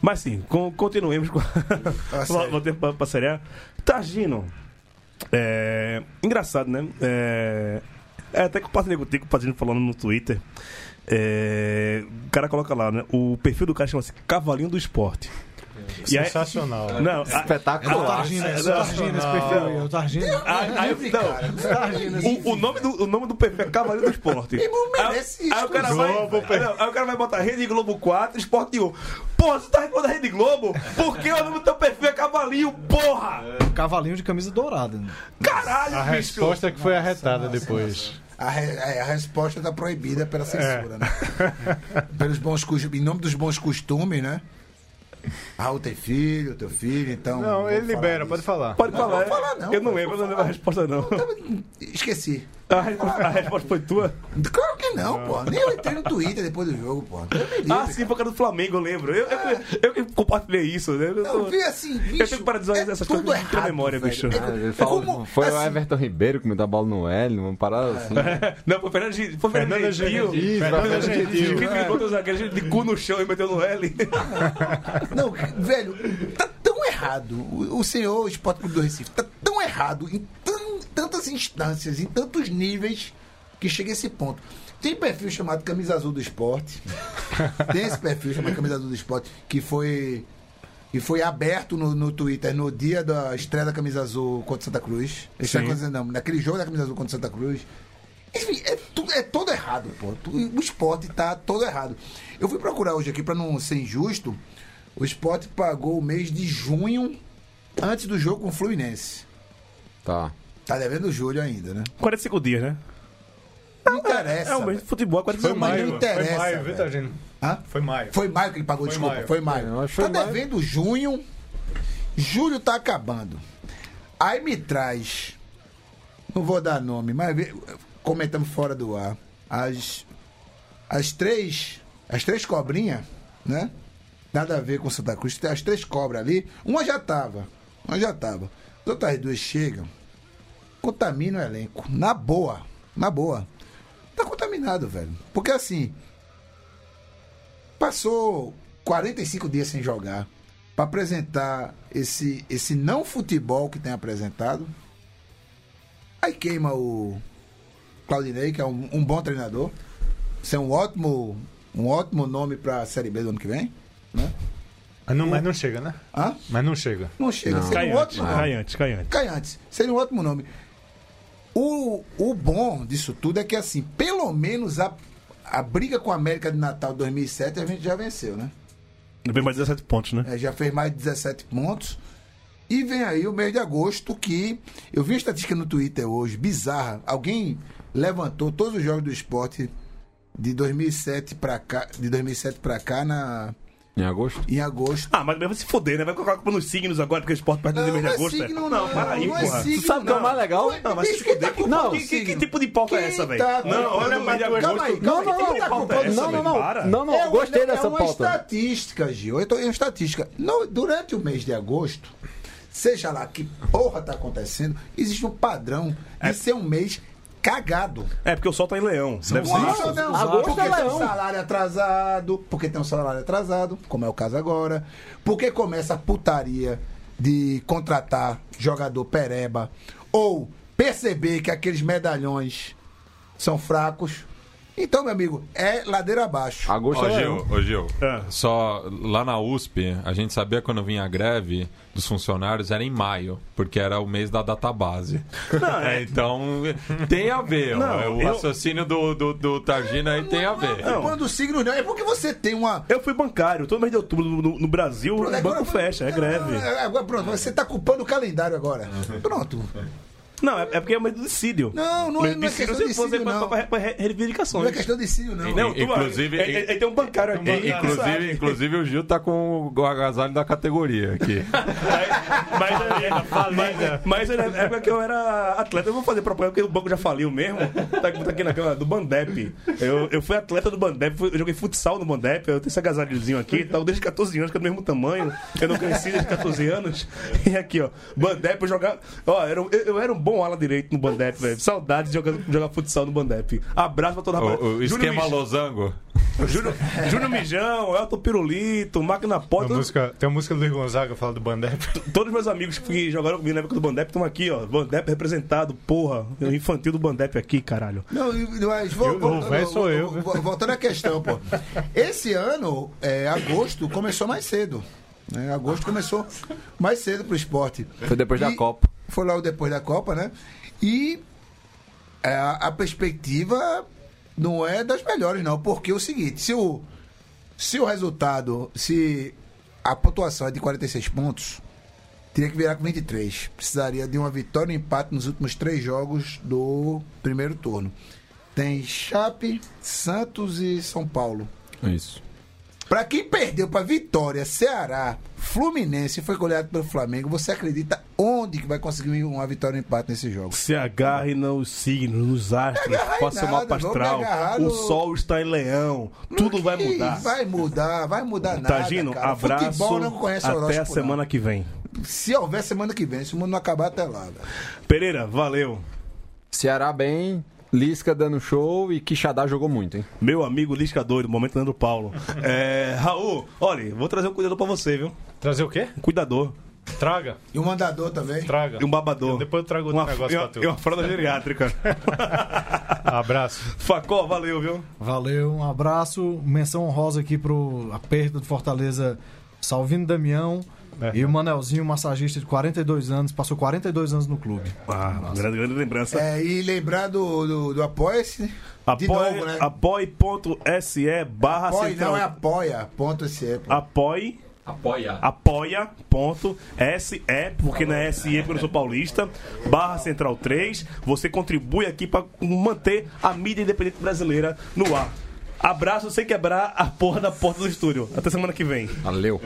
[SPEAKER 1] Mas sim, con- continuemos com
[SPEAKER 3] Tá
[SPEAKER 1] Vou-
[SPEAKER 3] certo.
[SPEAKER 1] Vou ter pra, pra Série A. Targino. É... Engraçado, né? É... é, até que eu partilhei contigo, o Targino falando no Twitter. É, O cara coloca lá, né? O perfil do cara chama-se Cavalinho do Esporte. E aí-
[SPEAKER 7] Sensacional.
[SPEAKER 1] Não, a-
[SPEAKER 5] o
[SPEAKER 4] Espetacular.
[SPEAKER 5] Targina, esse é o Targina, esse perfil aí, é o Targina.
[SPEAKER 1] a- aí- não, O, o nome do, o nome do perfil é Cavaleiro do Esporte.
[SPEAKER 3] não merece
[SPEAKER 1] aí, aí o cara vai,
[SPEAKER 7] Globo,
[SPEAKER 1] aí, não, aí o cara vai botar Rede Globo 4, Esporte 1. Porra, você tá reclamando da Rede Globo? Porque o nome do teu perfil é Cavalinho, porra!
[SPEAKER 5] Cavalinho de camisa dourada. né?
[SPEAKER 1] Caralho,
[SPEAKER 7] A
[SPEAKER 1] bicho!
[SPEAKER 7] resposta que foi arretada depois.
[SPEAKER 3] A, re- é, a resposta tá proibida
[SPEAKER 1] É.
[SPEAKER 3] pela censura, né? Pelos bons cus- em nome dos bons costumes, né? Raul tem filho, teu filho, então.
[SPEAKER 7] Não,
[SPEAKER 3] vou
[SPEAKER 7] ele libera,
[SPEAKER 3] disso.
[SPEAKER 7] pode falar.
[SPEAKER 1] Pode falar.
[SPEAKER 3] vou falar, não.
[SPEAKER 1] Eu não lembro, eu não lembro a resposta, não.
[SPEAKER 3] Esqueci.
[SPEAKER 1] A resposta, a resposta foi tua?
[SPEAKER 3] Claro que não, pô. Nem eu entrei no Twitter depois do jogo, pô. Eu me livre.
[SPEAKER 1] Ah, sim, por causa do Flamengo, eu lembro. Eu, eu, eu que compartilhei isso, né? Eu
[SPEAKER 3] Eu
[SPEAKER 1] tô-
[SPEAKER 3] vi assim, bicho.
[SPEAKER 1] Eu tenho que parar de usar essas
[SPEAKER 3] tudo
[SPEAKER 1] coisas de
[SPEAKER 3] errado,
[SPEAKER 1] memória,
[SPEAKER 3] velho.
[SPEAKER 1] bicho.
[SPEAKER 3] É-
[SPEAKER 4] Ah, ele
[SPEAKER 3] é
[SPEAKER 4] fala-
[SPEAKER 3] como-
[SPEAKER 4] foi o
[SPEAKER 3] assim,
[SPEAKER 4] Everton Ribeiro que me dá bola no L, uma parada assim.
[SPEAKER 1] Não, foi Fernando Gentil. Foi Fernando
[SPEAKER 7] Fernando
[SPEAKER 1] Gentil.
[SPEAKER 7] Gentil.
[SPEAKER 1] Fernando
[SPEAKER 7] Fernando
[SPEAKER 1] Gentil.
[SPEAKER 7] Gentil,
[SPEAKER 1] Que
[SPEAKER 7] é.
[SPEAKER 1] botou os zagueiros de cu no chão e meteu no L.
[SPEAKER 3] Não, velho, tá tão errado. O, o senhor, o Esporte Clube do Recife, tá tão errado em tan- tantas instâncias, em tantos níveis, que chega a esse ponto. Tem perfil chamado Camisa Azul do Esporte. Tem esse perfil chamado Camisa Azul do Esporte, que foi E foi aberto no, no Twitter no dia da estreia da camisa azul contra Santa Cruz. Estreia contra Santa- não, naquele jogo da camisa azul contra Santa Cruz. Enfim, é, tudo, é todo errado, pô. Tu- O esporte tá todo errado. Eu fui procurar hoje aqui, pra não ser injusto, o esporte pagou o mês de junho antes do jogo com o Fluminense.
[SPEAKER 4] Tá.
[SPEAKER 3] Tá devendo julho ainda, né?
[SPEAKER 1] 45 dias, né?
[SPEAKER 3] Não interessa.
[SPEAKER 1] É o mês de
[SPEAKER 3] velho.
[SPEAKER 1] futebol, 45
[SPEAKER 3] Mas não
[SPEAKER 7] mano.
[SPEAKER 3] interessa,
[SPEAKER 7] Foi maio, é viu,
[SPEAKER 3] velho.
[SPEAKER 7] Tagino?
[SPEAKER 3] Hã?
[SPEAKER 7] Foi maio.
[SPEAKER 3] Foi maio que ele pagou,
[SPEAKER 7] Foi
[SPEAKER 3] desculpa.
[SPEAKER 7] maio.
[SPEAKER 3] Foi maio.
[SPEAKER 4] É, eu acho que
[SPEAKER 3] tá
[SPEAKER 4] foi maio.
[SPEAKER 3] devendo junho. Julho tá acabando. Aí me traz. Não vou dar nome, mas vi- comentamos fora do ar. As. As três. As três cobrinhas, né? Nada a ver com Santa Cruz. Tem As três cobras ali. Uma já tava. Uma já tava. As outras duas chegam. Contamina o elenco. Na boa. Na boa. Tá contaminado, velho. Porque assim. Passou 45 dias sem jogar para apresentar esse, esse não futebol que tem apresentado. Aí queima o Claudinei, que é um, um bom treinador. Isso é um ótimo, um ótimo nome para a Série B do ano que vem.
[SPEAKER 7] Ah, não, mas não chega, né?
[SPEAKER 3] Hã?
[SPEAKER 7] Mas não chega.
[SPEAKER 3] Não chega, seria um
[SPEAKER 1] Caiante,
[SPEAKER 3] ótimo nome.
[SPEAKER 1] caiante, caiante.
[SPEAKER 3] Caiantes. Seria um ótimo nome. O, o bom disso tudo é que, assim, pelo menos a, a briga com a América de Natal 2007 a gente já venceu, né?
[SPEAKER 1] Deu mais 17 pontos, né?
[SPEAKER 3] É, já fez mais de 17 pontos. E vem aí o mês de agosto, que eu vi uma estatística no Twitter hoje, bizarra. Alguém levantou todos os jogos do esporte de 2007 para cá, de 2007 para cá na
[SPEAKER 4] Em agosto?
[SPEAKER 3] em agosto.
[SPEAKER 1] Ah, mas vai se foder, né? Vai colocar a culpa nos signos agora, porque o esporte parte do mês de agosto. né?
[SPEAKER 3] é signo,
[SPEAKER 1] não, para aí,
[SPEAKER 3] não
[SPEAKER 1] porra.
[SPEAKER 3] é signo,
[SPEAKER 4] Tu sabe o que é o
[SPEAKER 3] não.
[SPEAKER 4] mais legal?
[SPEAKER 3] Ué,
[SPEAKER 1] Não, mas
[SPEAKER 3] bicho,
[SPEAKER 1] se
[SPEAKER 3] quem
[SPEAKER 1] fuder.
[SPEAKER 3] culpando
[SPEAKER 4] Não,
[SPEAKER 3] o
[SPEAKER 1] que, que, que
[SPEAKER 3] signo?
[SPEAKER 1] tipo de pauta é
[SPEAKER 3] Quem
[SPEAKER 1] essa, velho?
[SPEAKER 3] tá
[SPEAKER 1] não, olha o mês de
[SPEAKER 3] culpando-
[SPEAKER 1] agosto.
[SPEAKER 3] Calma aí, calma
[SPEAKER 4] Não, não,
[SPEAKER 3] aí,
[SPEAKER 4] não.
[SPEAKER 3] quem tá
[SPEAKER 1] pauta
[SPEAKER 3] culpando-
[SPEAKER 1] é essa,
[SPEAKER 4] Não, não,
[SPEAKER 1] velho?
[SPEAKER 4] não.
[SPEAKER 1] Para.
[SPEAKER 4] Não, não.
[SPEAKER 3] É
[SPEAKER 4] Eu
[SPEAKER 3] uma-
[SPEAKER 4] gostei dessa
[SPEAKER 3] É uma
[SPEAKER 4] pauta.
[SPEAKER 3] estatística, Gil. Eu tô em estatística. No- durante o mês de agosto, seja lá que porra tá acontecendo, existe um padrão de ser um mês cagado.
[SPEAKER 1] É porque o sol tá em leão. Deve ser
[SPEAKER 3] Porra,
[SPEAKER 1] isso.
[SPEAKER 3] não.
[SPEAKER 4] Agosto
[SPEAKER 3] porque
[SPEAKER 4] é
[SPEAKER 3] tem
[SPEAKER 4] leão.
[SPEAKER 3] um salário atrasado, porque tem um salário atrasado, como é o caso agora, porque começa a putaria de contratar jogador pereba ou perceber que aqueles medalhões são fracos. Então, meu amigo, é ladeira abaixo.
[SPEAKER 4] Agosto
[SPEAKER 6] Ô,
[SPEAKER 4] é
[SPEAKER 6] Gil,
[SPEAKER 4] leão.
[SPEAKER 6] ô, Gil,
[SPEAKER 1] Ah.
[SPEAKER 6] só lá na USP, a gente sabia quando vinha a greve dos funcionários era em maio, porque era o mês da data base. É, então, tem a ver. ó.
[SPEAKER 1] Não,
[SPEAKER 6] o
[SPEAKER 1] eu-
[SPEAKER 6] raciocínio do, do, do Targino aí tem a ver.
[SPEAKER 3] Não. Quando o signo não, é porque você tem uma.
[SPEAKER 1] Eu fui bancário. Todo mês de outubro no, no- no Brasil, o
[SPEAKER 3] Agora-
[SPEAKER 1] banco fecha, é greve. Uhum.
[SPEAKER 3] Ah, Agora, pronto, você tá culpando o calendário agora. Pronto.
[SPEAKER 1] Não, é, é porque é o mês do dissídio.
[SPEAKER 3] Não, não é-
[SPEAKER 1] O mês do
[SPEAKER 3] não é
[SPEAKER 1] dissídio,
[SPEAKER 3] questão de
[SPEAKER 1] se você
[SPEAKER 3] dissídio,
[SPEAKER 1] for Pra,
[SPEAKER 3] não.
[SPEAKER 1] pra, pra
[SPEAKER 3] Não é
[SPEAKER 1] reivindicações.
[SPEAKER 3] questão de signo, não.
[SPEAKER 6] Não,
[SPEAKER 3] Não,
[SPEAKER 6] tu- Inclusive-
[SPEAKER 1] Aí tem um bancário aqui.
[SPEAKER 6] E, inclusive, inclusive o Gil tá com o agasalho da categoria aqui.
[SPEAKER 1] Mas,
[SPEAKER 6] né?
[SPEAKER 1] mas, mas na época que eu era atleta, eu vou fazer propaganda porque o banco já faliu mesmo. Tá, aqui- tá aqui na cama, do Bandep. Eu, eu fui atleta do Bandep, fui- eu joguei futsal no Bandep, eu tenho esse agasalhozinho aqui, e tal, desde 14 anos, que é do mesmo tamanho. Eu não cresci desde 14 anos. E aqui, ó, Bandep, eu jogava. Ó, era um- eu, eu era um bom ala direito no Bandep, velho. Saudades de jogar, jogar futsal no Bandep. Abraço pra toda a
[SPEAKER 6] O, o esquema
[SPEAKER 1] Mijão,
[SPEAKER 6] losango.
[SPEAKER 1] Júnior, Júnior Mijão, Elton Pirulito, Máquina
[SPEAKER 7] Tem
[SPEAKER 1] Porta.
[SPEAKER 7] a música, tem a música do Luiz Gonzaga fala do Bandep.
[SPEAKER 1] Todos meus amigos que jogaram comigo na época do Bandep estão aqui, ó. Bandep representado, porra. O infantil do Bandep aqui, caralho.
[SPEAKER 3] e- mas vou,
[SPEAKER 7] Eu- o velho sou eu, viu?
[SPEAKER 3] vo- voltando à questão, pô. Esse ano, é, agosto, começou mais cedo. né? Agosto começou mais cedo pro esporte.
[SPEAKER 4] Foi depois da
[SPEAKER 3] E-
[SPEAKER 4] Copa.
[SPEAKER 3] Foi logo depois da Copa, né? E é, a, a perspectiva não é das melhores, não. Porque é o seguinte, se o, se o resultado, se a pontuação é de 46 pontos, teria que virar com 23. Precisaria de uma vitória e um empate nos últimos três jogos do primeiro turno. Tem Chape, Santos e São Paulo.
[SPEAKER 4] É Isso.
[SPEAKER 3] Pra quem perdeu pra Vitória, Ceará, Fluminense e foi goleado pelo Flamengo, você acredita onde que vai conseguir uma vitória e um empate nesse jogo?
[SPEAKER 8] Se agarre nos signos, nos astros,
[SPEAKER 3] agarrar em
[SPEAKER 8] faça o
[SPEAKER 3] nada,
[SPEAKER 8] mapa astral.
[SPEAKER 3] vamos me agarrar
[SPEAKER 8] O
[SPEAKER 3] no-
[SPEAKER 8] sol está em leão. Tudo vai
[SPEAKER 3] Ih,
[SPEAKER 8] mudar.
[SPEAKER 3] Vai mudar, vai mudar nada.
[SPEAKER 8] Tagino,
[SPEAKER 3] cara.
[SPEAKER 8] abraço.
[SPEAKER 3] Futebol não conhece
[SPEAKER 8] Até a
[SPEAKER 3] horóscopo,
[SPEAKER 8] semana que vem.
[SPEAKER 3] não. Se houver semana que vem, se o mundo não acabar até lá. velho.
[SPEAKER 8] Pereira, valeu.
[SPEAKER 4] Ceará bem, Lisca dando show e Quixadá jogou muito, hein?
[SPEAKER 8] Meu amigo Lisca doido, momento Leandro Paulo. É, Raul, olha, vou trazer um cuidador pra você, viu?
[SPEAKER 7] Trazer o quê?
[SPEAKER 8] Um cuidador.
[SPEAKER 7] Traga,
[SPEAKER 3] E o mandador também.
[SPEAKER 7] traga.
[SPEAKER 8] E um babador.
[SPEAKER 7] Depois eu trago outro
[SPEAKER 8] uma,
[SPEAKER 7] negócio
[SPEAKER 8] e uma,
[SPEAKER 7] pra tu.
[SPEAKER 8] e uma fralda geriátrica.
[SPEAKER 7] Abraço.
[SPEAKER 8] Facó, valeu, viu?
[SPEAKER 5] Valeu, um abraço. Menção honrosa aqui pro aperto do Fortaleza Salvino Damião, E o Manelzinho, massagista de 42 anos, passou 42 anos no clube.
[SPEAKER 1] Ah, grande, grande lembrança.
[SPEAKER 3] É, e lembrar do, do, do Apoia-se, né? De novo, né?
[SPEAKER 1] Apoie- Apoie.se barra
[SPEAKER 3] Apoia,
[SPEAKER 1] central.
[SPEAKER 3] não, é apoia. Ponto C, pô.
[SPEAKER 1] Apoie.
[SPEAKER 6] Apoia.
[SPEAKER 1] apoia.se, porque não é SE porque eu não sou paulista, barra central 3. Você contribui aqui para manter a mídia independente brasileira no ar. Abraço sem quebrar a porra da porta do estúdio. Até semana que vem.
[SPEAKER 4] Valeu.